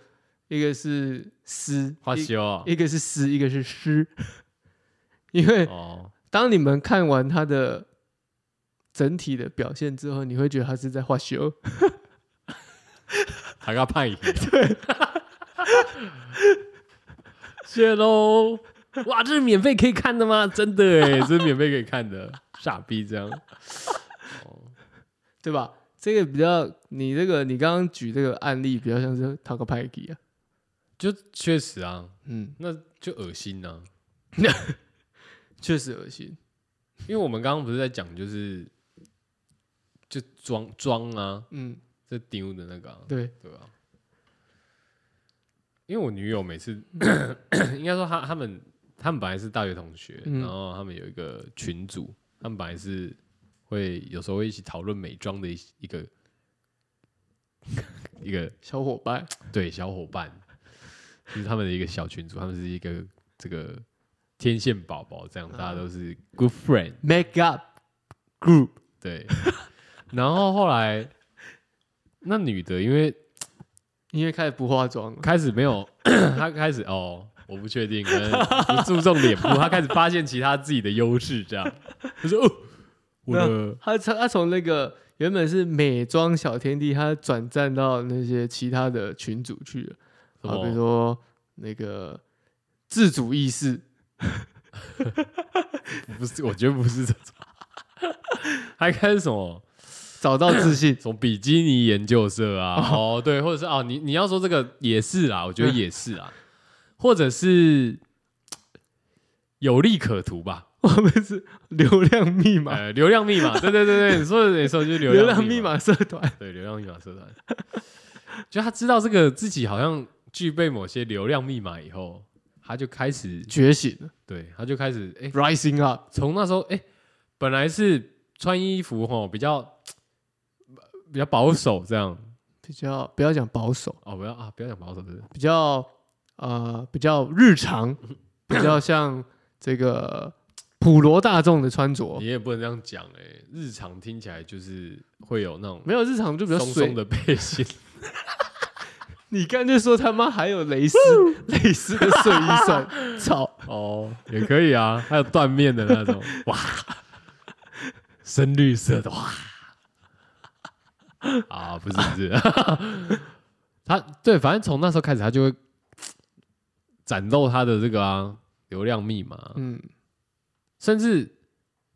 S2: 一个是湿，
S1: 花
S2: 一
S1: 修啊？
S2: 一个是湿，一个是湿。 因为
S1: 哦，
S2: 当你们看完他的整体的表现之后，你会觉得他是在画修，
S1: 他个判一啊对， 谢喽。哇，这是免费可以看的吗？真的哎，这是免费可以看的，傻逼这样。
S2: 对吧？这个比较，你这个你刚刚举这个案例比较像是讨个派给啊，
S1: 就确实啊，
S2: 嗯，
S1: 那就恶心啊。
S2: 确实恶心，
S1: 因为我们刚刚不是在讲，就是就装装啊，
S2: 嗯，
S1: 这丢的那个、啊，
S2: 对，
S1: 对啊，因为我女友每次， 应该说她他们他们本来是大学同学，
S2: 嗯
S1: 然后他们有一个群组，他们本来是会有时候会一起讨论美妆的一一个 一个
S2: 小伙伴，
S1: 对小伙伴，就是他们的一个小群组，他们是一个这个天线宝宝这样，大家都是 good friend。
S2: make up group，
S1: 对，然后后来那女的因为
S2: 因为开始不化妆了，
S1: 开始没有， 她开始哦，我不确定，可能不注重脸部，她开始发现其他自己的优势，这样，她说哦，我的
S2: 他从他从那个原本是美妆小天地，他转战到那些其他的群组去了，
S1: 什
S2: 啊，
S1: 么
S2: 比如说那个自主意识，
S1: 不是，我觉得不是这种， 还开始什么
S2: 找到自信
S1: ，什么比基尼研究社啊，哦，嗯对，或者是哦，你你要说这个也是啦，我觉得也是啦，或者是有利可图吧，
S2: 我们是流量密码，
S1: 呃，流量密码，对对对对，你说的没错，就是 流
S2: 流
S1: 量
S2: 量
S1: 密
S2: 密
S1: 码。
S2: 码社团，
S1: 对，流量密码社团，就他知道这个自己好像具备某些流量密码以后，他就开始，
S2: 觉醒了
S1: 对，他就开始，哎、
S2: ，rising up，
S1: 从那时候，哎、本来是穿衣服吼比较比较保守这样，
S2: 比较不要讲保守，
S1: 哦，不要啊，不要讲保守，对不对？
S2: 比较呃比较日 常，比较像这个普罗大众的穿着
S1: 你，也不能这样讲，哎，日常听起来就是会有那种
S2: 没有日常就比较
S1: 松松
S2: 水。
S1: 的背心，
S2: 你干脆说他妈还有 蕾丝蕾丝的睡衣算，操！
S1: 哦，也可以啊，还有缎面的那种，哇，深绿色 的哇，啊，不是不是， 他对，反正从那时候开始，他就会展露他的这个啊流量密码，
S2: 嗯，
S1: 甚至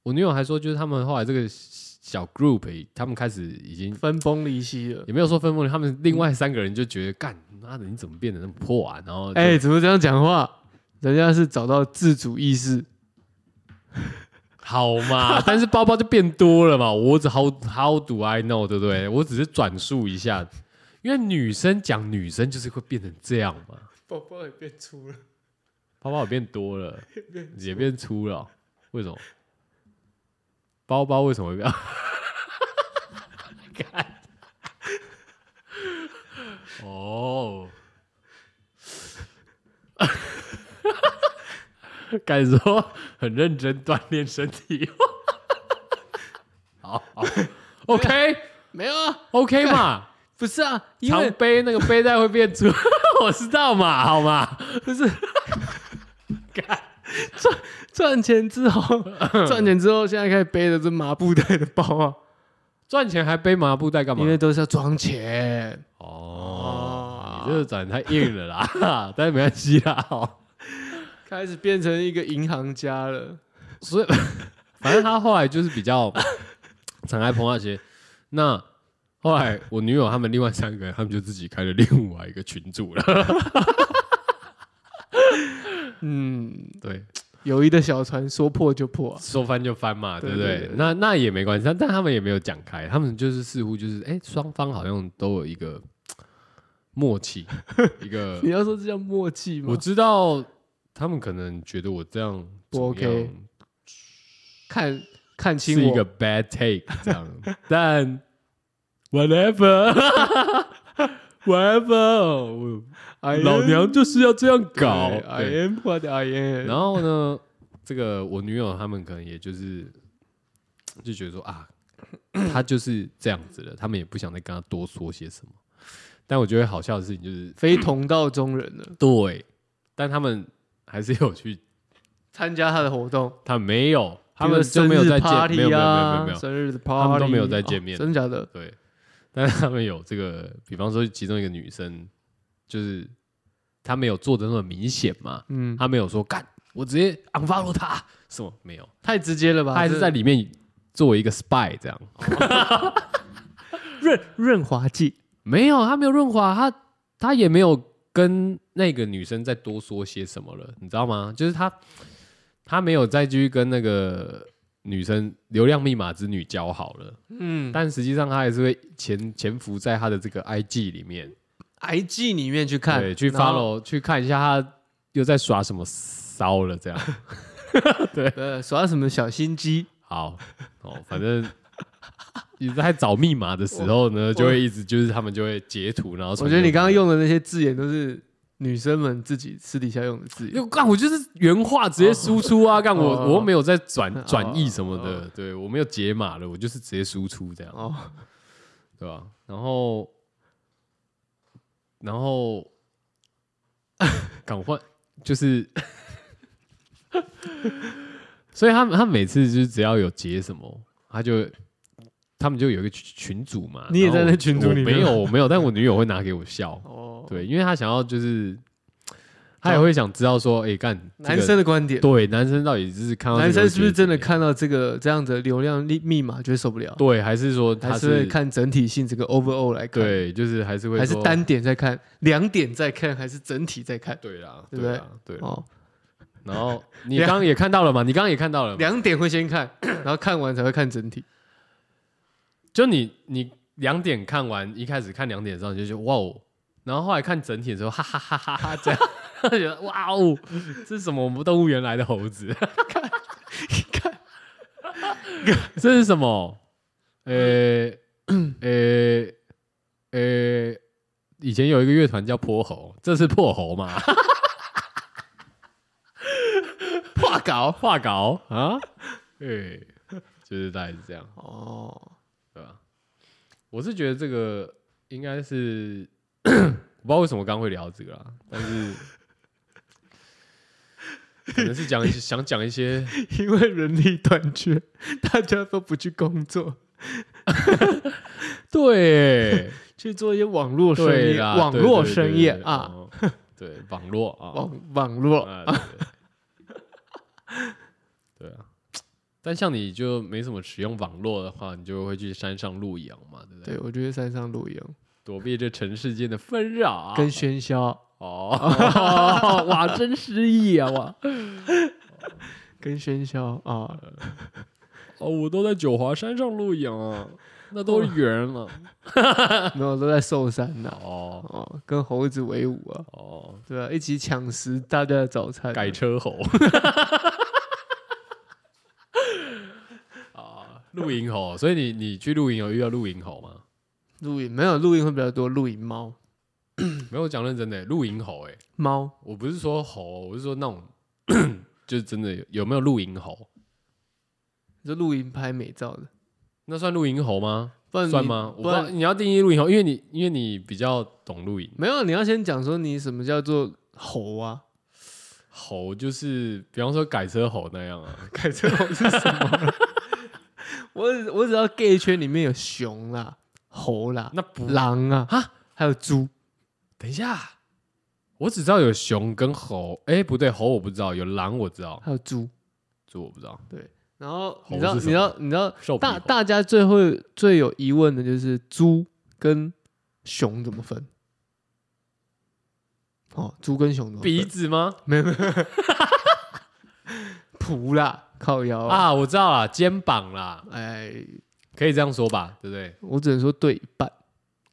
S1: 我女友还说，就是他们后来这个小 group，他们开始已经
S2: 嗯分崩离析了。
S1: 也没有说分崩离，他们另外三个人就觉得，干妈的你怎么变得那么破啊？然后就
S2: 哎、怎么这样讲话？人家是找到自主意识，
S1: 好嘛， 但是包包就变多了嘛。我只 how how do I know，对不对？我只是转述一下，因为女生讲女生就是会变成这样嘛，
S2: 宝宝也变粗了，
S1: 包包也变多了，也变粗了哦、为什么？包包为什么会变？ 看哦， 敢说很认真锻炼身体， 好好，OK
S2: 没有啊？
S1: OK 嘛，
S2: 不是啊，因
S1: 常
S2: 为
S1: 背那个背带会变粗， 我知道嘛，好嘛，
S2: 不是赚赚钱 之后，赚钱之后，现在开始背的是麻布袋的包啊，
S1: 赚钱还背麻布袋干嘛
S2: 因？为都是要装钱。
S1: 哦，你这个长得太硬了啦，但是没关系啦。哦
S2: 开始变成一个银行家了。
S1: 所以 反正他后来就是比较敞开朋友圈。那后来我女友他们另外三个人，他们就自己开了另外一个群组了。
S2: 嗯，
S1: 对，
S2: 友谊的小船说破就破、啊。
S1: 说翻就翻嘛，对
S2: 对
S1: 不对？
S2: 对对
S1: 那那也没关系，但但他们也没有讲开，他们就是似乎就是哎，双方好像都有一个默 契，一个
S2: 你要说这叫默契吗
S1: 我？知道他们可能觉得我这样
S2: 不
S1: 怎么样
S2: OK 看看清
S1: 是一
S2: 我
S1: 个 bad take 这样， 但 whatever ，whatever，我
S2: I am-
S1: 老娘就是要这样搞。
S2: 对，I
S1: 对
S2: am what I am。
S1: 然后呢，这个我女友他们可能也就是就觉得说啊，他就是这样子了，他们也不想再跟他多说些什么。但我觉得好笑的事情就是，
S2: 非同道中人了，
S1: 对，但他们还是有去
S2: 参加他的活动，
S1: 他没有， 他
S2: 比
S1: 们
S2: 如
S1: 就没有再
S2: 生日
S1: 见，没
S2: party
S1: 有没有没有没
S2: 啊
S1: 有没有，
S2: 生日的 party，
S1: 他们都没有再见面
S2: 哦真的假的？
S1: 对，但是他们有这个，比方说其中一个女生，就是她没有做的那么明显嘛，
S2: 嗯，
S1: 她没有说干，我直接 unfollow 她，什么没有，
S2: 太直接了吧？
S1: 她还是在里面作为一个 spy 这样，
S2: 润润滑剂，
S1: 没有，她没有润滑，她她也没有跟那个女生再多说些什么了，你知道吗？就是她她没有再继续跟那个。女生流量密码之女交好了，
S2: 嗯
S1: 但实际上她还是会潜潜伏在她的这个 IG 里面，
S2: ，IG 里面去 看，
S1: 对，去
S2: 然后
S1: follow 去看一下他又在耍什么骚了，这样
S2: 呃耍什么小心机，
S1: 好哦，反正你在找密码的时候呢，就会一直就是他们就会截图，然后
S2: 我
S1: 传
S2: 觉得
S1: 给
S2: 你刚刚用的那些字眼都是女生们自己私底下用的字眼。
S1: 就干我就是原话直接输出啊， 干
S2: 哦
S1: 我
S2: 哦
S1: 我又没有在转
S2: 哦
S1: 转译什么的
S2: 哦，
S1: 对我没有解码了，我就是直接输出这样，
S2: 哦，
S1: 对吧？然后然后赶快就是，所以他们他每次就是只要有结什么，他就他们就有一个群群组嘛。
S2: 你也
S1: 然后
S2: 在那
S1: 我
S2: 群组
S1: 我
S2: 里面，
S1: 没有，我没有，但我女友会拿给我笑
S2: 哦，
S1: 对，因为她想要就是，她也会想知道说，哎，干这个
S2: 男生的观点，
S1: 对男生到底是看到这个
S2: 男生是
S1: 觉
S2: 不是
S1: 得
S2: 真
S1: 怎么
S2: 的
S1: 样？
S2: 看到这个这样的流量密密码觉得受不了？
S1: 对，还是说他
S2: 还是
S1: 是
S2: 会看整体性这个 overall 来看，
S1: 对，就是还是会
S2: 还是
S1: 说
S2: 单点在看，两点在看，还是整体在看？
S1: 对啦，
S2: 对不对
S1: 啦？对啦。啊
S2: 哦，
S1: 然后你
S2: 两
S1: 刚刚也看到了嘛？你刚刚也看到了嘛，
S2: 两点会先看， 然后看完才会看整体。
S1: 就你你两点看完，一开始看两点的时候你就觉得哇哦，然后后来看整体的时候，哈哈哈哈哈这样，觉得哇哦，这是什么我们动物园来的猴子？这是什么？呃呃呃，以前有一个乐团叫泼猴，这是破猴嘛？画稿画稿啊，对，就是大概是这样。
S2: 哦，
S1: 对吧？我是觉得这个应该是 我不知道为什么刚刚会聊这个啦，但 是可能是讲一些想讲一些
S2: 因为人力短缺，大家都不去工作，
S1: 对
S2: 去做一些网络生
S1: 对
S2: 意、
S1: 啦，
S2: 网
S1: 对
S2: 络
S1: 对
S2: 生
S1: 对
S2: 意
S1: 对
S2: 啊，
S1: 哦对网络啊，
S2: 网网络。
S1: 啊对对 啊。但像你就没什么使用网络的话，你就会去山上露营嘛，对不对？
S2: 对，我觉得山上露营
S1: 躲避这尘世间的纷扰啊，
S2: 跟喧嚣，
S1: 哦， 哇，真失忆啊！哇，
S2: 跟喧嚣 啊，
S1: 哦，我都在九华山上 露营啊，那都是人了。
S2: 没有都在寿山呐。
S1: 哦
S2: 哦，跟猴子为伍啊，
S1: 哦，
S2: 对啊，一起抢食大家的早餐啊。
S1: 改车 猴啊，露营猴。所以你你去露营有遇到露营猴吗？
S2: 露营没有露营会比较多，露营猫
S1: 没有，我讲认真的，露营猴哎、
S2: 猫
S1: 我不是说猴，我是说那种 就是真的有有没有露营猴？
S2: 就露营拍美照的，
S1: 那算露营猴吗？
S2: 不然你
S1: 算吗？我不
S2: 不
S1: 知道
S2: 然
S1: 你要定义露营猴，因为你因为你比较懂露营。
S2: 没有，你要先讲说你什么叫做猴 啊？
S1: 吼就是，比方说改车吼那样啊，
S2: 改成猴是什么？我只 我只要 gay 圈里面有熊啦、猴啦、
S1: 那不
S2: 狼啊，哈，还有猪。
S1: 等一下，我只知道有熊跟猴，哎、不对，猴我不知道，有狼我知道，
S2: 还有猪。
S1: 猪我不知道，
S2: 然后
S1: 猴
S2: 你知道，
S1: 是
S2: 你
S1: 什
S2: 知道，你知道，
S1: 瘦皮
S2: 大
S1: 猴
S2: 大家最会最有疑问的就是猪跟熊怎么分？哦，猪跟熊怎么分
S1: 鼻子吗？
S2: 没有没有 仆啦，靠腰啊！
S1: 啊，我知道啦，肩膀啦，
S2: 哎，
S1: 可以这样说吧，对不对？
S2: 我只能说对一半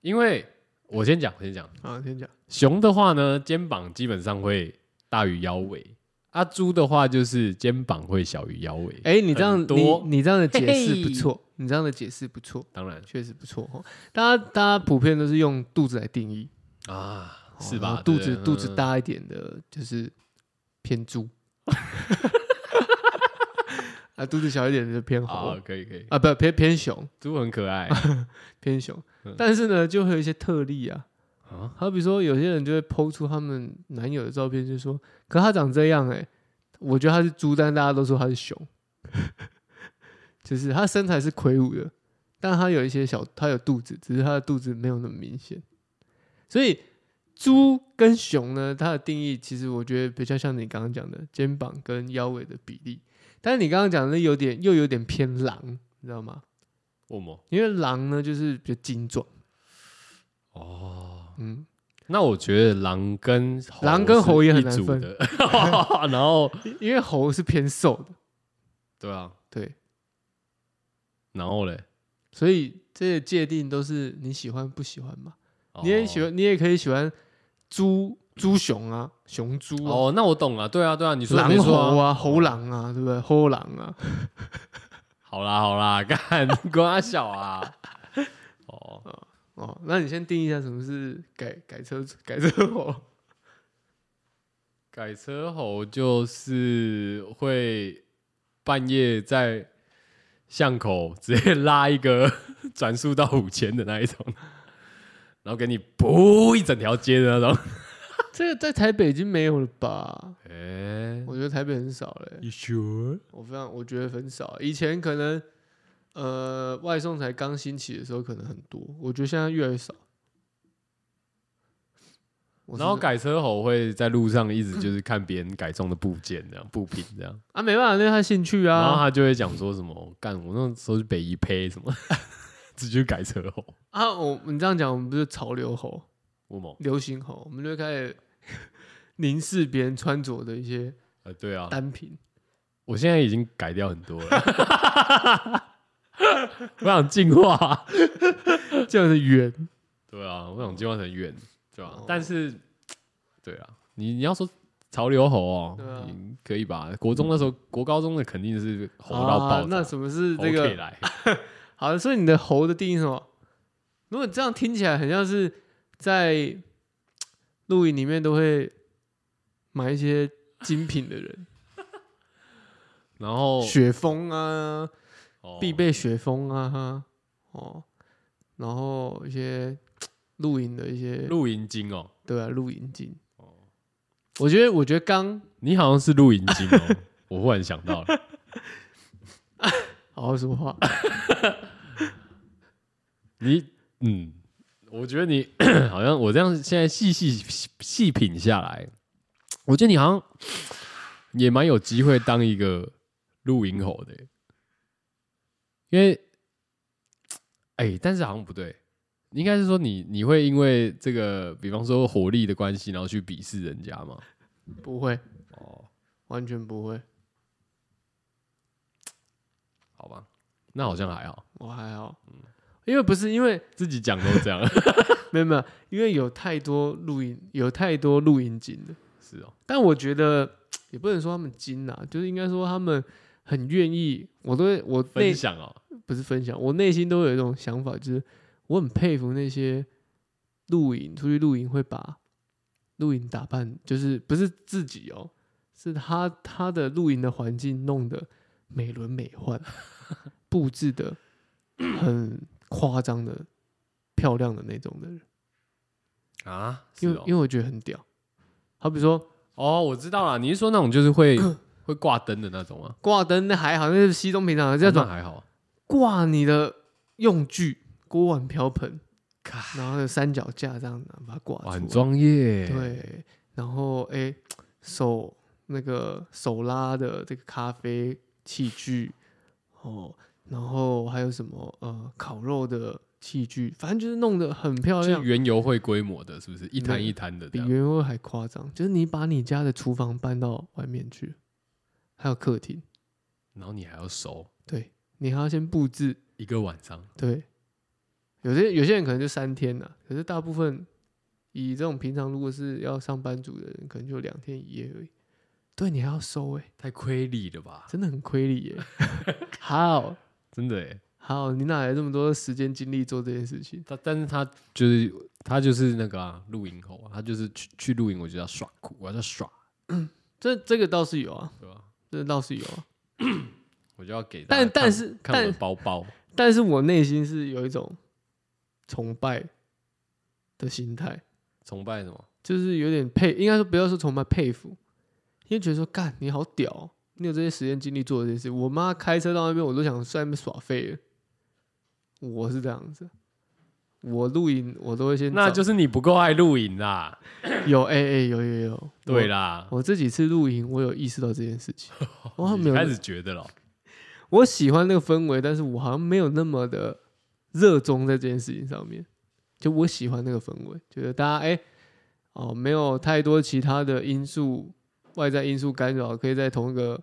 S1: 因为我先讲，我先讲，
S2: 啊。先讲
S1: 熊的话呢，肩膀基本上会大于腰围，啊，猪的话就是肩膀会小于腰围。
S2: 哎，你这样
S1: 很多
S2: 你你这样的解释
S1: 嘿
S2: 不
S1: 嘿
S2: 错，你这样的解释不错，
S1: 当然
S2: 确实不错哦。大家大家普遍都是用肚子来定义，
S1: 啊，
S2: 哦
S1: 是
S2: 然
S1: 吧
S2: 后？肚子
S1: 对嗯不对
S2: 肚子，大一点的，就是偏猪。 啊，肚子小一点的就偏
S1: 嗯
S2: 猴
S1: 好，可以可以，
S2: 啊，不偏偏熊，
S1: 猪很可爱
S2: 啊偏熊
S1: 嗯。
S2: 但是呢，就会有一些特例啊，
S1: 啊，
S2: 好比说有些人就会剖出他们男友的照片，就说，可他长这样哎、我觉得他是猪，但大家都说他是熊， 就是他身材是魁梧的，但他有一些小，他有肚子，只是他的肚子没有那么明显，所以猪跟熊呢，它的定义其实我觉得比较像你刚刚讲的肩膀跟腰围的比例，但是你刚刚讲的有点又有点偏狼，你知道吗？
S1: 我么？
S2: 因为狼呢就是比较精壮，
S1: 哦，
S2: 嗯，
S1: 那我觉得狼跟猴
S2: 狼跟猴也很
S1: 是一
S2: 难
S1: 组
S2: 分
S1: 的， 然后
S2: 因因为猴是偏瘦的，
S1: 对啊，
S2: 对。嗯
S1: 然后嘞，
S2: 所以这些界定都是你喜欢不喜欢嘛？
S1: 哦
S2: 你也喜欢，你也可以喜欢猪猪熊啊，熊猪啊，
S1: 哦，那我懂了，对啊对啊，你说的
S2: 狼
S1: 没错
S2: 猴啊，猴狼啊，对不对？猴狼啊，
S1: 好啦好啦， 干瓜小啊！哦，
S2: 哦，那你先定义一下什么是改改车改车猴，
S1: 改车猴就是会半夜在巷口直接拉一个 转速到五千的那一种，然后给你噗一整条街的那种。
S2: 这个在台北已经没有了吧？
S1: 哎、
S2: 我觉得台北很少了欸、
S1: y o u sure？
S2: 我非常我觉得很少，以前可能呃外送才刚兴起的时候可能很多，我觉得现在越来越少。我是
S1: 然后改车猴会在路上一直就是看别人改装的部件这样部品这样，
S2: 啊，没办法，那是他兴趣
S1: 然后
S2: 啊。
S1: 他就会讲说什么干我那时候是北一胚什么， 这就是改车猴，
S2: 啊，我你这样讲，我们不是潮流猴、
S1: 我猛
S2: 流行猴，我们就会开始 凝视别人穿着的一些
S1: 呃对啊，
S2: 单品。
S1: 我现在已经改掉很多了，我想进化。
S2: 这样的圆，
S1: 对啊，我想进化成远，对吧、
S2: 哦
S1: 但是，对啊，你你要说潮流猴哦，
S2: 对啊
S1: 你可以吧？国中那时候，国高中的肯定是猴到爆炸、
S2: 啊，那什么是
S1: 猴
S2: 这
S1: 可以
S2: 个？
S1: 来，
S2: 好，所以你的猴的定义是什么？如果这样听起来很像是在露营里面都会买一些精品的人，
S1: 然后
S2: 雪峰啊，
S1: 哦
S2: 必备雪峰啊，哦，然后一些露营的一些
S1: 露营精哦，
S2: 对啊，露营镜。
S1: 哦
S2: 我觉得，我觉得刚
S1: 你好像是露营精哦， 我忽然想到了，
S2: 好好说话，
S1: 你嗯，我觉得你 好像我这样现在细细细细品下来，我觉得你好像也蛮有机会当一个露营猴的耶，因为哎、但是好像不对，应该是说你你会因为这个，比方说火力的关系，然后去鄙视人家嘛？
S2: 不会，
S1: 哦，
S2: 完全不会，
S1: 好吧，那好像还好，
S2: 我还好，
S1: 嗯
S2: 因为不是因为
S1: 自己讲都这 样，
S2: 没有没有，因为有太多露营，有太多露营精的，
S1: 是哦，
S2: 但我觉得也不能说他们精啊，就是应该说他们很愿意，我都会我内
S1: 分享哦，
S2: 不是分享，我内心都有一种想法，就是我很佩服那些露营出去露营会把露营打扮，就是不是自己哦，是他他的露营的环境弄得美轮美 奂，布置的很夸张的漂亮的那种的人，
S1: 啊，是
S2: 因为、
S1: 哦
S2: 因为我觉得很屌。好比说
S1: 哦，我知道了，你是说那种就是 会会挂灯的那种吗？
S2: 挂灯那还好，那是西东平常的这
S1: 这
S2: 种
S1: 种还好，啊
S2: 挂你的用具，锅碗瓢盆
S1: 咔。
S2: 然后有三脚架这样子把它挂
S1: 哇，很欸
S2: 出来。
S1: 专业。，
S2: 啊对，然后哎手那个手拉的这个咖啡器具哦，然后还有什么呃烤肉的器具，反正就是弄得很漂
S1: 是
S2: 亮，
S1: 原油会规模的，是不是一摊一摊的这
S2: 比
S1: 样？
S2: 原味还夸张。就是你把你家的厨房搬到外面去，还有客厅，
S1: 然后你还要熟
S2: 对你还要先布置，
S1: 一个晚上，
S2: 对，有些有些人可能就三天呐、可是大部分以这种平常如果是要上班族的人，可能就两天一夜而已。对，你还要收哎、
S1: 太亏力了吧？
S2: 真的很亏理耶、 好
S1: 真的耶。
S2: 好，你哪来这么多时间精力做这件事情？
S1: 他但是他就是他就是那个啊，露营后啊，他就是去去露营，我就要耍酷，我要耍，
S2: 这这个倒是有啊，
S1: 对吧？
S2: 这倒是有啊。
S1: 我就要给大家
S2: 但
S1: 看，
S2: 但是
S1: 看我的
S2: 但
S1: 包包，
S2: 但是我内心是有一种崇拜的心态。
S1: 崇拜什么？
S2: 就是有点佩，应该说不要说崇拜佩服，因为觉得说干你好屌哦、你有这些时间精力做这些事。我妈开车到那边，我都想在那边耍废了。我是这样子，我露营我都会先
S1: 那
S2: 找
S1: 就是你不够爱露营啦，
S2: 有哎哎、有有有，
S1: 对啦，
S2: 我，我这几次露营我有意识到这件 事情，我好像没
S1: 你
S2: 有
S1: 开始觉得了，
S2: 我喜欢那个氛围，但是我好像没有那么的热衷在这件事情上面。就我喜欢那个氛围，觉得大家哎、哦，没有太多其他的因素、外在因素干扰，可以在同一个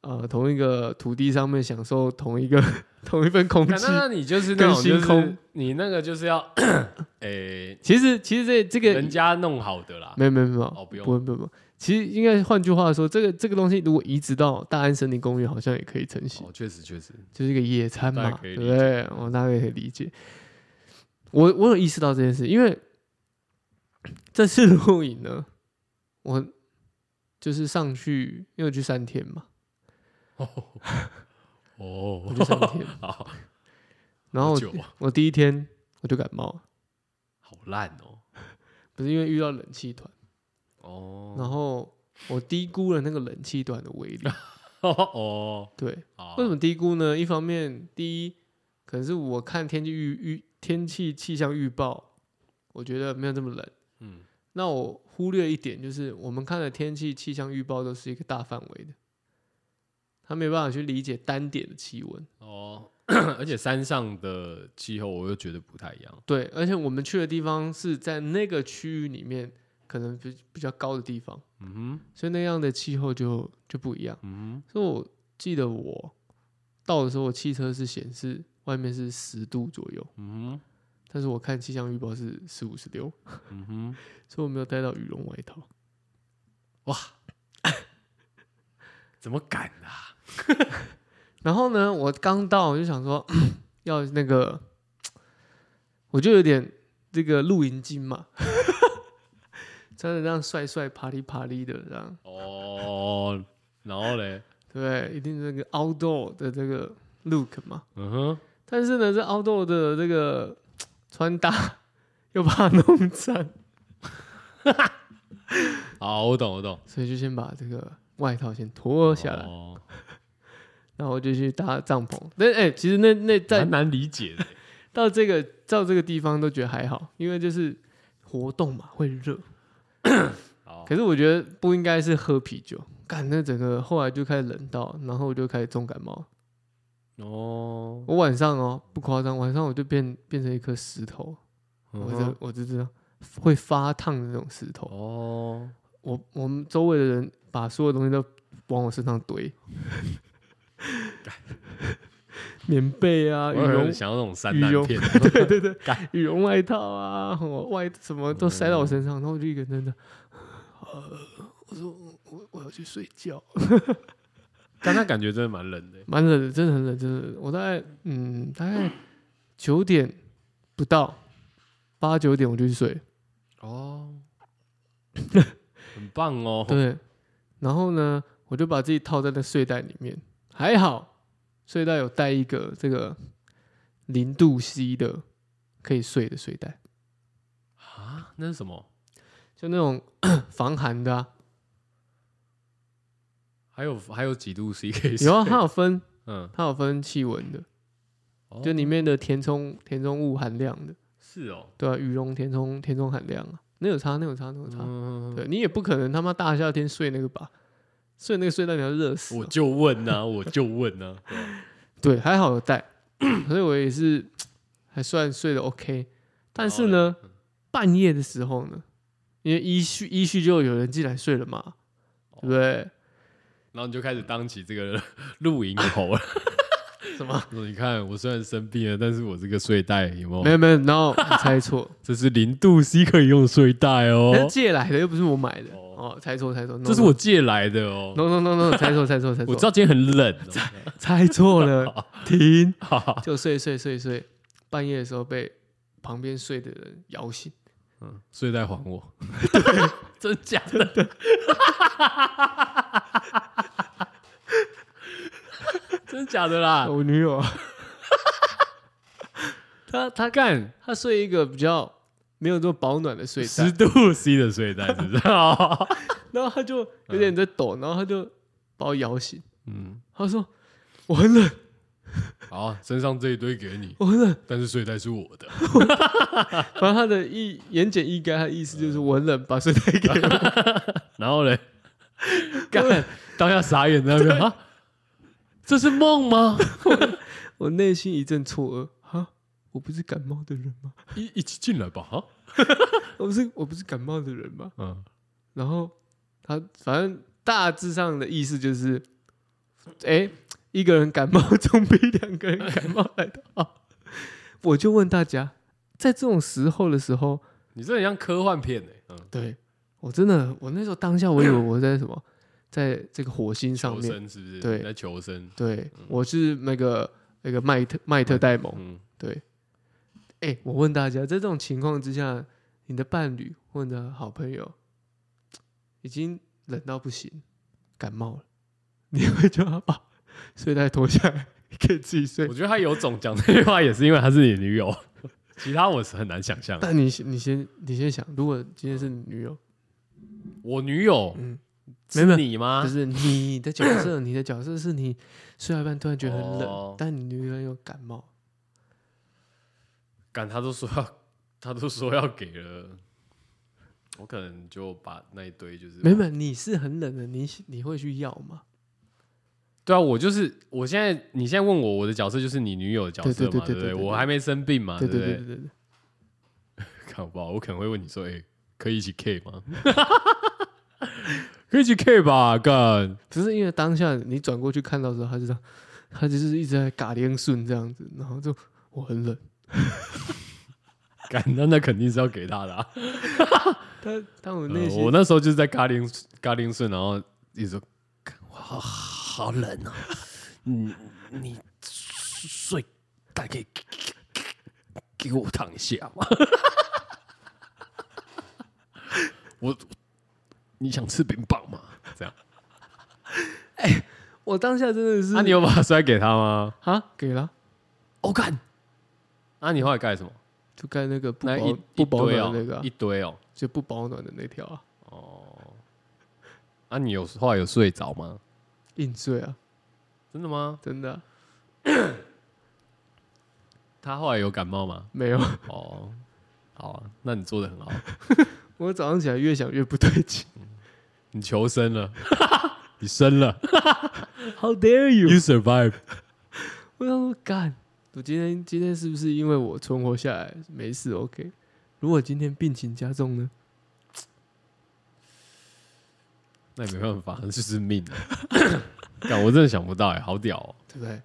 S2: 呃同一个土地上面享受同一个 同一份 空
S1: 那
S2: 气。
S1: 那你就是那
S2: 跟
S1: 种就
S2: 星空
S1: 是你那个就是要， 诶，
S2: 其实其实这这个
S1: 人家弄好的啦，
S2: 没有没有没有，
S1: 哦不用
S2: 不不不，其实应该换句话说，这个这个东西如果移植到大安森林公园，好像也可以成型。
S1: 哦，确实确实，
S2: 就是一个野餐
S1: 大
S2: 嘛
S1: 概，可以
S2: 对
S1: 理
S2: 不
S1: 解
S2: 对？我大概可以理解。我我有意识到这件事，因为这次录影呢， 我就是上去，因为我去三天嘛，
S1: 哦，
S2: 我去三天，
S1: 好，
S2: 然后
S1: 好
S2: 我
S1: 久啊
S2: 我第一天我就感冒了，
S1: 好烂哦，
S2: 不是因为遇到冷气团，
S1: 哦，
S2: 然后我低估了那个冷气团的威 力。
S1: 哦，
S2: 对，
S1: 好
S2: 为什么低估呢？一方面，第一，可能是我看天气预预天气气象预报，我觉得没有这么冷。
S1: 嗯，
S2: 那我忽略一点，就是我们看的天气气象预报都是一个大范围的，他没办法去理解单点的气温。
S1: 哦， 而且山上的气候我又觉得不太一样，
S2: 对，而且我们去的地方是在那个区域里面，可能比比较高的地方，
S1: 嗯哼，
S2: 所以那样的气候就就不一样。
S1: 嗯
S2: 所以我记得我到的时候，我汽车是显示外面是十度左右，
S1: 哼，嗯
S2: 但是我看气象预报是十五、十六，
S1: 哼，嗯哼，
S2: 所以我没有带到羽绒外套。
S1: 怎么敢啊？
S2: 然后呢，我刚到我就想说 要那个，我就有点这个露营巾嘛， 穿的这样帅帅、啪里啪里的这样，
S1: 哦，然后嘞，
S2: 对，一定是那个 outdoor 的这个 look 嘛。
S1: 嗯哼，
S2: 但是呢，这 outdoor 的这个穿搭 又怕弄脏，
S1: 好，我懂我懂，
S2: 所以就先把这个外套先脱下来，
S1: 哦
S2: 然后我就去搭帐篷。那哎、其实那那在
S1: 蛮难理解 的，
S2: 到这个到这个地方都觉得还好，因为就是活动嘛，会热。
S1: 好，
S2: 可是我觉得不应该是喝啤酒，干那整个后来就开始冷到，然后我就开始重感冒。
S1: 哦，
S2: 我晚上哦，不夸张，晚上我就变变成一颗石头，
S1: 嗯
S2: 我
S1: 哼
S2: 就我就知道会发烫的那种石头。
S1: 哦，
S2: 我我们周围的人把所有东西都往我身上 堆，棉被啊、
S1: 我
S2: 羽
S1: 有
S2: 绒
S1: 点想要那种三
S2: 羽
S1: 难
S2: 绒
S1: 片，
S2: 对对对，羽绒外套啊，我外什么都塞到我身上，然后我就一个人真的，呃，我说我我要去睡觉，
S1: 但他感觉真的蛮冷的，
S2: 蛮冷的，真的很冷，真的很冷。我大概嗯，大概九点不到，八九点我就去睡，
S1: 哦， 很棒哦，
S2: 对。然后呢，我就把自己套在那睡袋里面，还好睡袋有带一个这个零度 C 的可以睡的睡袋，
S1: 啊，那是什么？
S2: 就那种 防寒的、啊。
S1: 还有还有几度 C 可以睡？
S2: 有啊，它有分，
S1: 嗯，
S2: 它有分气温的，
S1: 哦
S2: 就里面的填充填充物含量的，
S1: 是哦，
S2: 对啊，羽绒填充填充含量啊，那有差，那有差，那有差。
S1: 嗯
S2: 对你也不可能他妈大夏天睡那个吧？睡那个睡到你要热死哦、
S1: 我就问呐、我就问啊呐、
S2: 对，还好有带， 所以我也是还算睡得 OK。但是呢，
S1: 哦
S2: 半夜的时候呢，因为依序依序就有人进来睡了嘛，
S1: 哦
S2: 对不对？
S1: 然后你就开始当起这个露营头了。
S2: 什么？
S1: 说 你看，我虽然生病了，但是我这个睡袋有没有？
S2: 没有没有，然后 我猜错，
S1: 这是零度 C 可以用的睡袋哦
S2: 那，是借来的，又不是我买的。
S1: 哦
S2: 哦，猜错猜错，
S1: 这是我借来的哦。
S2: no no no no，猜错猜错猜错，
S1: 我知道今天很冷哦、
S2: 猜错 了，停，
S1: 哈哈
S2: 就睡睡睡睡，半夜的时候被旁边睡的人摇醒，
S1: 嗯，睡袋还我。对， 真假的？ 真假的啦？
S2: 我女友啊，她她
S1: 干
S2: 她睡一个比较没有这么保暖的睡
S1: 十
S2: 袋，
S1: 度 C 的睡袋是不是？
S2: 然后她就有点在抖，然后她就把我摇醒，
S1: 嗯，
S2: 她说我很冷，
S1: 好，身上这一堆给你，
S2: 我很冷，
S1: 但是睡袋是我的。
S2: 反正她的意言简意赅，她的意思就是我很冷，把睡袋给我，
S1: 然后嘞， 干当下傻眼在那 边啊，这是梦吗？
S2: 我内心一阵错愕，哈，我不是感冒的人吗？
S1: 一一起进来吧，哈，
S2: 我不是我不是感冒的人吗？
S1: 嗯，
S2: 然后他反正大致上的意思就是，哎，一个人感冒总比两个人感冒来的好。我就问大家，在这种时候的时候，
S1: 你这很像科幻片哎，嗯，
S2: 对我真的，我那时候当下我以为我在什么，在这个火星嗯上
S1: 求
S2: 面，
S1: 生是不是？
S2: 对
S1: 你在求生，
S2: 对我是那个那个麦特麦特戴蒙，
S1: 嗯，
S2: 对。哎，我问大家，在这种情况之下，你的伴侣或你的好朋友已经冷到不行，感冒了，你会叫他把睡袋脱下来给自己睡
S1: 我？觉得他有种讲这句话，也是因为他是你女 友，其他我是很难想象。
S2: 但你先你先你先想，如果今天是你女友，
S1: 我女友
S2: 嗯，没
S1: 是
S2: 有没有
S1: 你吗
S2: 就？是你的角色，你的角色是你睡到一半突然觉得很冷，
S1: 哦
S2: 但你女友有感冒，
S1: 干，他都说要， 他都说要给了，我可能就把那一堆就是
S2: 没有没有，你是很冷的，你你会去要吗？
S1: 对啊，我就是我现在，你现在问我我的角色就是你女友的角色嘛，
S2: 对对对对
S1: 不
S2: 对对对
S1: 我还没生病嘛，
S2: 对
S1: 不
S2: 对对对对对，
S1: 看好不好？我可能会问你说，哎、可以一起 K 吗？ 可以一起 K 吧，干。
S2: 只是因为当下你转过去看到的时候，他就这样， 他就是一直在嘎连顺这样子，然后就我很冷，
S1: 干，那那肯定是要给他的、啊
S2: 他但我
S1: 呃
S2: 内心、
S1: 我那时候就是在嘎铃嘎铃顺，然后一直说，干我好好冷哦、你你睡袋可以给给给我躺一下吗？ 我你想吃冰棒吗？这样，
S2: 我当下真的是
S1: 那、啊你有把它摔给他吗？
S2: 啊给了，
S1: 我哦干，那你后来盖什么？
S2: 就盖那个不
S1: 那
S2: 保
S1: 一一
S2: 不保
S1: 堆
S2: 暖的那个
S1: 哦
S2: 啊、，
S1: 一堆哦。
S2: 就不保暖的那条啊，
S1: 哦，啊，你有后来有睡着吗？
S2: 硬睡啊，
S1: 真的吗？
S2: 真的啊、
S1: 他后来有感冒吗？
S2: 没有，
S1: 哦，好啊，那你做的很好，
S2: 我早上起来越想越不对劲
S1: 你求生了， 你生了
S2: ，How dare
S1: ，you survive。
S2: 我想说干，我今天今天是不是因为我存活下来没事 OK？如果今天病情加重呢？
S1: 那也没办法，这就是命 啊。但我真的想不到哎、好屌哦！
S2: 对不对？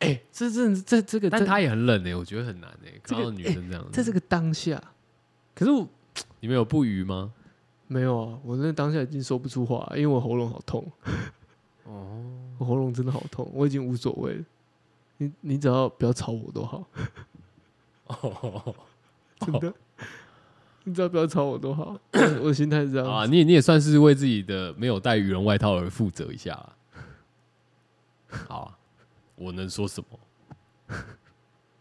S2: 哎、这这这这个，
S1: 但
S2: 这
S1: 他也很冷哎、我觉得很难哎、
S2: 这
S1: 看
S2: 个
S1: 到
S2: 欸
S1: 女生这样子。
S2: 在这个当下，可是我
S1: 你们有不愉吗？
S2: 没有啊，我那当下已经说不出话，因为我喉咙好痛，
S1: 哦，
S2: 我喉咙真的好痛，我已经无所谓了。你你只要不要吵我都好，哦
S1: 哦
S2: 真的， 你只要不要吵我都好， 我我心态是这样
S1: 啊，
S2: 子。
S1: 你也你也算是为自己的没有带羽绒外套而负责一下啦。好啊，我能说什么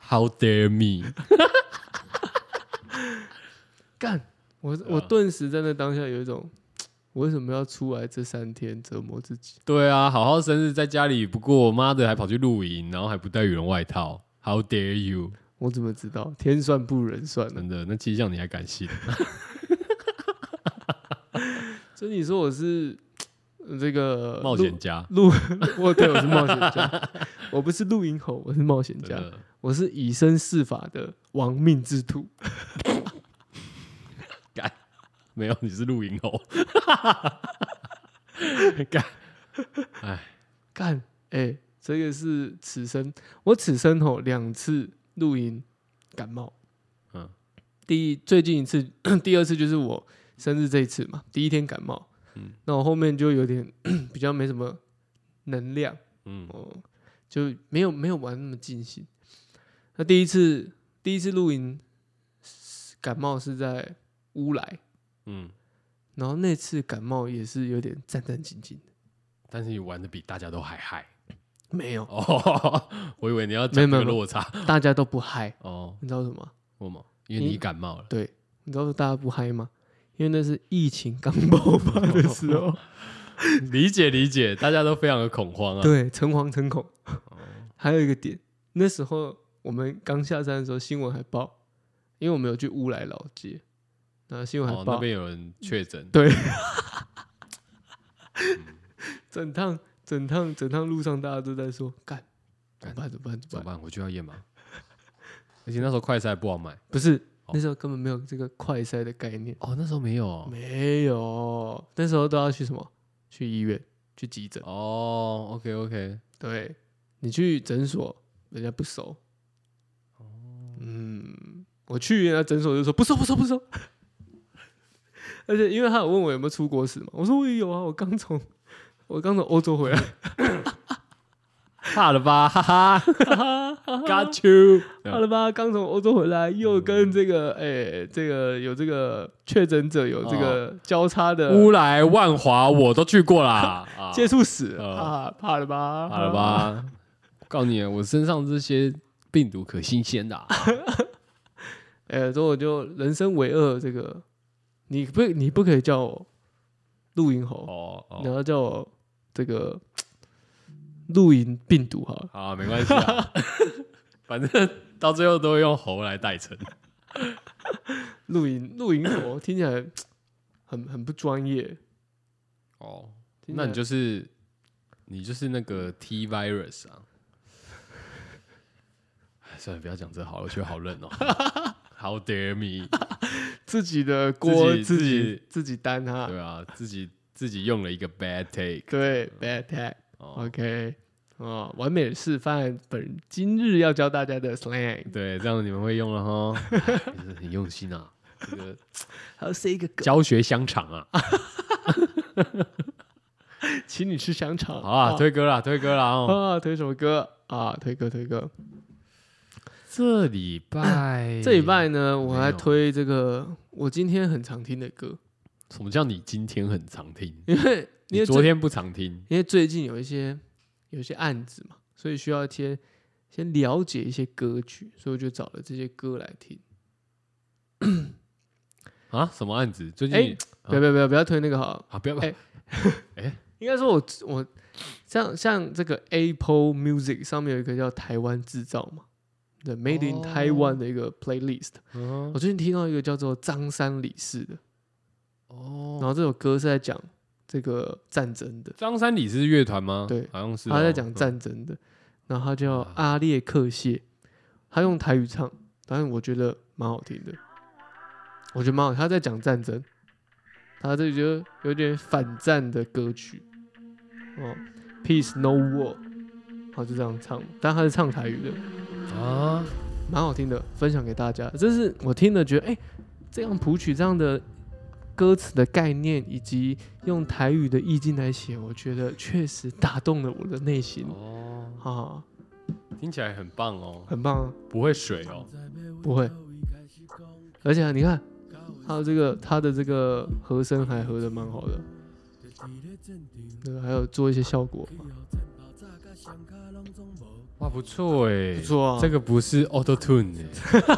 S1: ？How dare me！
S2: 干、
S1: 啊
S2: 我我顿时在那当下有一种，我为什么要出来这三天折磨自己？
S1: 对啊，好好生日在家里不过，妈的还跑去露营，然后还不带羽绒外套，How dare you！嗯
S2: 我怎么知道？天算不人算呢？啊
S1: 真的，那气象你还敢信？
S2: 所以你说我是呃这个
S1: 冒险家，
S2: 露，露我对我是冒险家， 我不是露营猴，我是冒险
S1: 真
S2: 家，
S1: 的
S2: 我是以身试法的亡命之徒。
S1: 没有，你是露营猴。干，哎，
S2: 干，哎、这个是此生，我此生吼两次露营感冒，
S1: 嗯
S2: 第一最近一次， 第二次就是我生日这一次嘛，第一天感冒，
S1: 嗯
S2: 那我后面就有点 比较没什么能量，
S1: 嗯
S2: 哦，就没有没有玩那么尽兴。那第一次第一次露营感冒是在乌来，
S1: 嗯，
S2: 然后那次感冒也是有点战战兢兢的，
S1: 但是你玩的比大家都还嗨
S2: 没有，
S1: 哦，我以为你要
S2: 没有
S1: 讲
S2: 没
S1: 这
S2: 有
S1: 个落差
S2: 大家都不嗨，
S1: 哦，
S2: 你知道为什么吗？
S1: 我嘛，因为你
S2: 你
S1: 感冒了，
S2: 对，你知道大家不嗨吗？因为那是疫情刚爆发的时候，
S1: 理解理解，大家都非常的恐慌啊。
S2: 对，诚惶诚恐。
S1: 哦
S2: 还有一个点，那时候我们刚下山的时候，新闻还报，因为我们有去乌来老街，那新闻
S1: 哦
S2: 还，
S1: 那
S2: 报，
S1: 边有人确诊，
S2: 整趟整趟整趟路上大家都在说，干，怎
S1: 干
S2: 么办？怎么办？
S1: 怎
S2: 怎
S1: 么
S2: 么办？
S1: 办？我就要验盲，而且那时候快筛不好买
S2: 不是，
S1: 哦
S2: 那时候根本没有这个快筛的概念，
S1: 哦，那时候没有哦
S2: 没有，那时候都要去什么？去医院，去急诊。
S1: 哦，OK OK，
S2: 对你去诊所，人家不收。嗯，我去人家诊所就说不收不收不收， 而且因为他有问我有没有出国史嘛，我说我也有啊，我刚从我刚从欧洲回来，
S1: 怕了吧， 哈啊哈，Got you，
S2: 好了吧，刚从欧洲回来，又跟这个哎、这个有这个确诊者有这个交叉的
S1: 哦乌来万华我都去过啦，啊
S2: 接触史
S1: 哦
S2: 啊，怕了吧？
S1: 好了？吧，告诉你，我身上这些病毒可新鲜的、啊。
S2: 哎、所以我就人生为恶这个，你不你不可以叫我露营猴。
S1: 哦
S2: 然
S1: 哦，
S2: 后叫我这个露营病毒好了，
S1: 好啊，没关系 啊，反正到最后都会用猴来代称。
S2: 露营露营猴听起来 很很不专业。
S1: 哦，
S2: 听起
S1: 那
S2: 来
S1: 你就是你就是那个 T virus 啊。哎算了，不要讲这好了，我觉得好 冷哦。How dare me？
S2: 自己的锅
S1: 自己
S2: 自
S1: 自己
S2: 己自己担哈。
S1: 对啊，自己自己用了一个 bad take。
S2: 对，bad tag
S1: 哦，
S2: OK 啊，完美示范本今日要教大家的 slang，
S1: 对，这样你们会用了 哈，哎真的很用心啊，这个
S2: 还要 say 一个 梗，
S1: 教学香肠啊。
S2: 请你吃香肠。
S1: 好啊，
S2: 啊
S1: 推歌啦，推歌啦哦。
S2: 啊，推什么歌啊？推歌推歌。，
S1: 这礼拜
S2: 这礼拜呢，我还
S1: 哎没有
S2: 推这个我今天很常听的歌，
S1: 什么叫你今天很常听？
S2: 因为因
S1: 你
S2: 为
S1: 昨天不常听
S2: 因为最近有一些有一些案子嘛，所以需要先先了解一些歌曲，所以我就找了这些歌来听。
S1: 啊？什么案子？最近、
S2: 哎不要不要不要不要推那个好，
S1: 啊，不要不要
S2: 哎应该说我我像像这个 Apple Music 上面有一个叫台湾制造嘛，对，Made in
S1: 哦
S2: Taiwan 的一个 playlist。
S1: 嗯
S2: 我最近听到一个叫做张三李四的，然
S1: 哦，
S2: 后这首歌是在讲这个战争的，
S1: 张三李是乐团吗？
S2: 对
S1: 好像是哦、
S2: 他在讲战争的，然后他叫
S1: 啊
S2: 阿列克谢，他用台语唱，但是我觉得蛮好听的，我觉得蛮好，他在讲战争，他这就有点反战的歌曲，哦，Peace No War，他就这样唱，但他是唱台语的，
S1: 嗯啊，
S2: 蛮好听的，分享给大家，这是我听了觉得，哎、这样谱曲这样的。歌词的概念以及用台语的意境来写，我觉得确实打动了我的内心。
S1: 哦，
S2: 啊，
S1: 听起来很棒哦，
S2: 很棒啊，
S1: 不会水哦，
S2: 不会。而且、啊、你看，还有这个他的这个和声还合的蛮好的，对，还有做一些效果嘛，
S1: 哇，不错哎，
S2: 不错啊。
S1: 这个不是 Auto Tune 哎、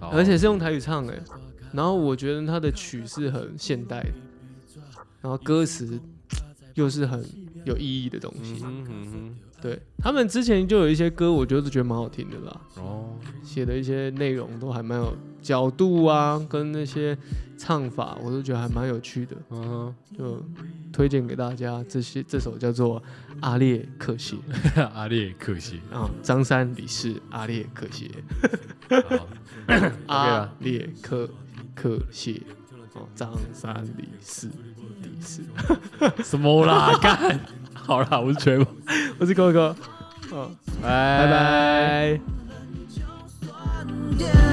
S1: 好 啊
S2: 而且是用台语唱的、欸然后我觉得他的曲是很现代的，然后歌词又是很有意义的东西
S1: 嗯，哼嗯哼
S2: 对他们之前就有一些歌，我就是觉得蛮好听的啦，
S1: 哦，
S2: 写的一些内容都还蛮有角度啊，跟那些唱法，我都觉得还蛮有趣的，
S1: 嗯哼。
S2: 就推荐给大家。这些这首叫做《阿列克谢》
S1: 阿列克谢，
S2: 啊，张三李四阿列克谢，
S1: 好
S2: 阿列克克谢。哦，张三李四李四，
S1: 什么啦？干，好啦，我是全部，
S2: 我是哥哥，嗯、
S1: 拜
S2: 拜拜。
S3: Yeah.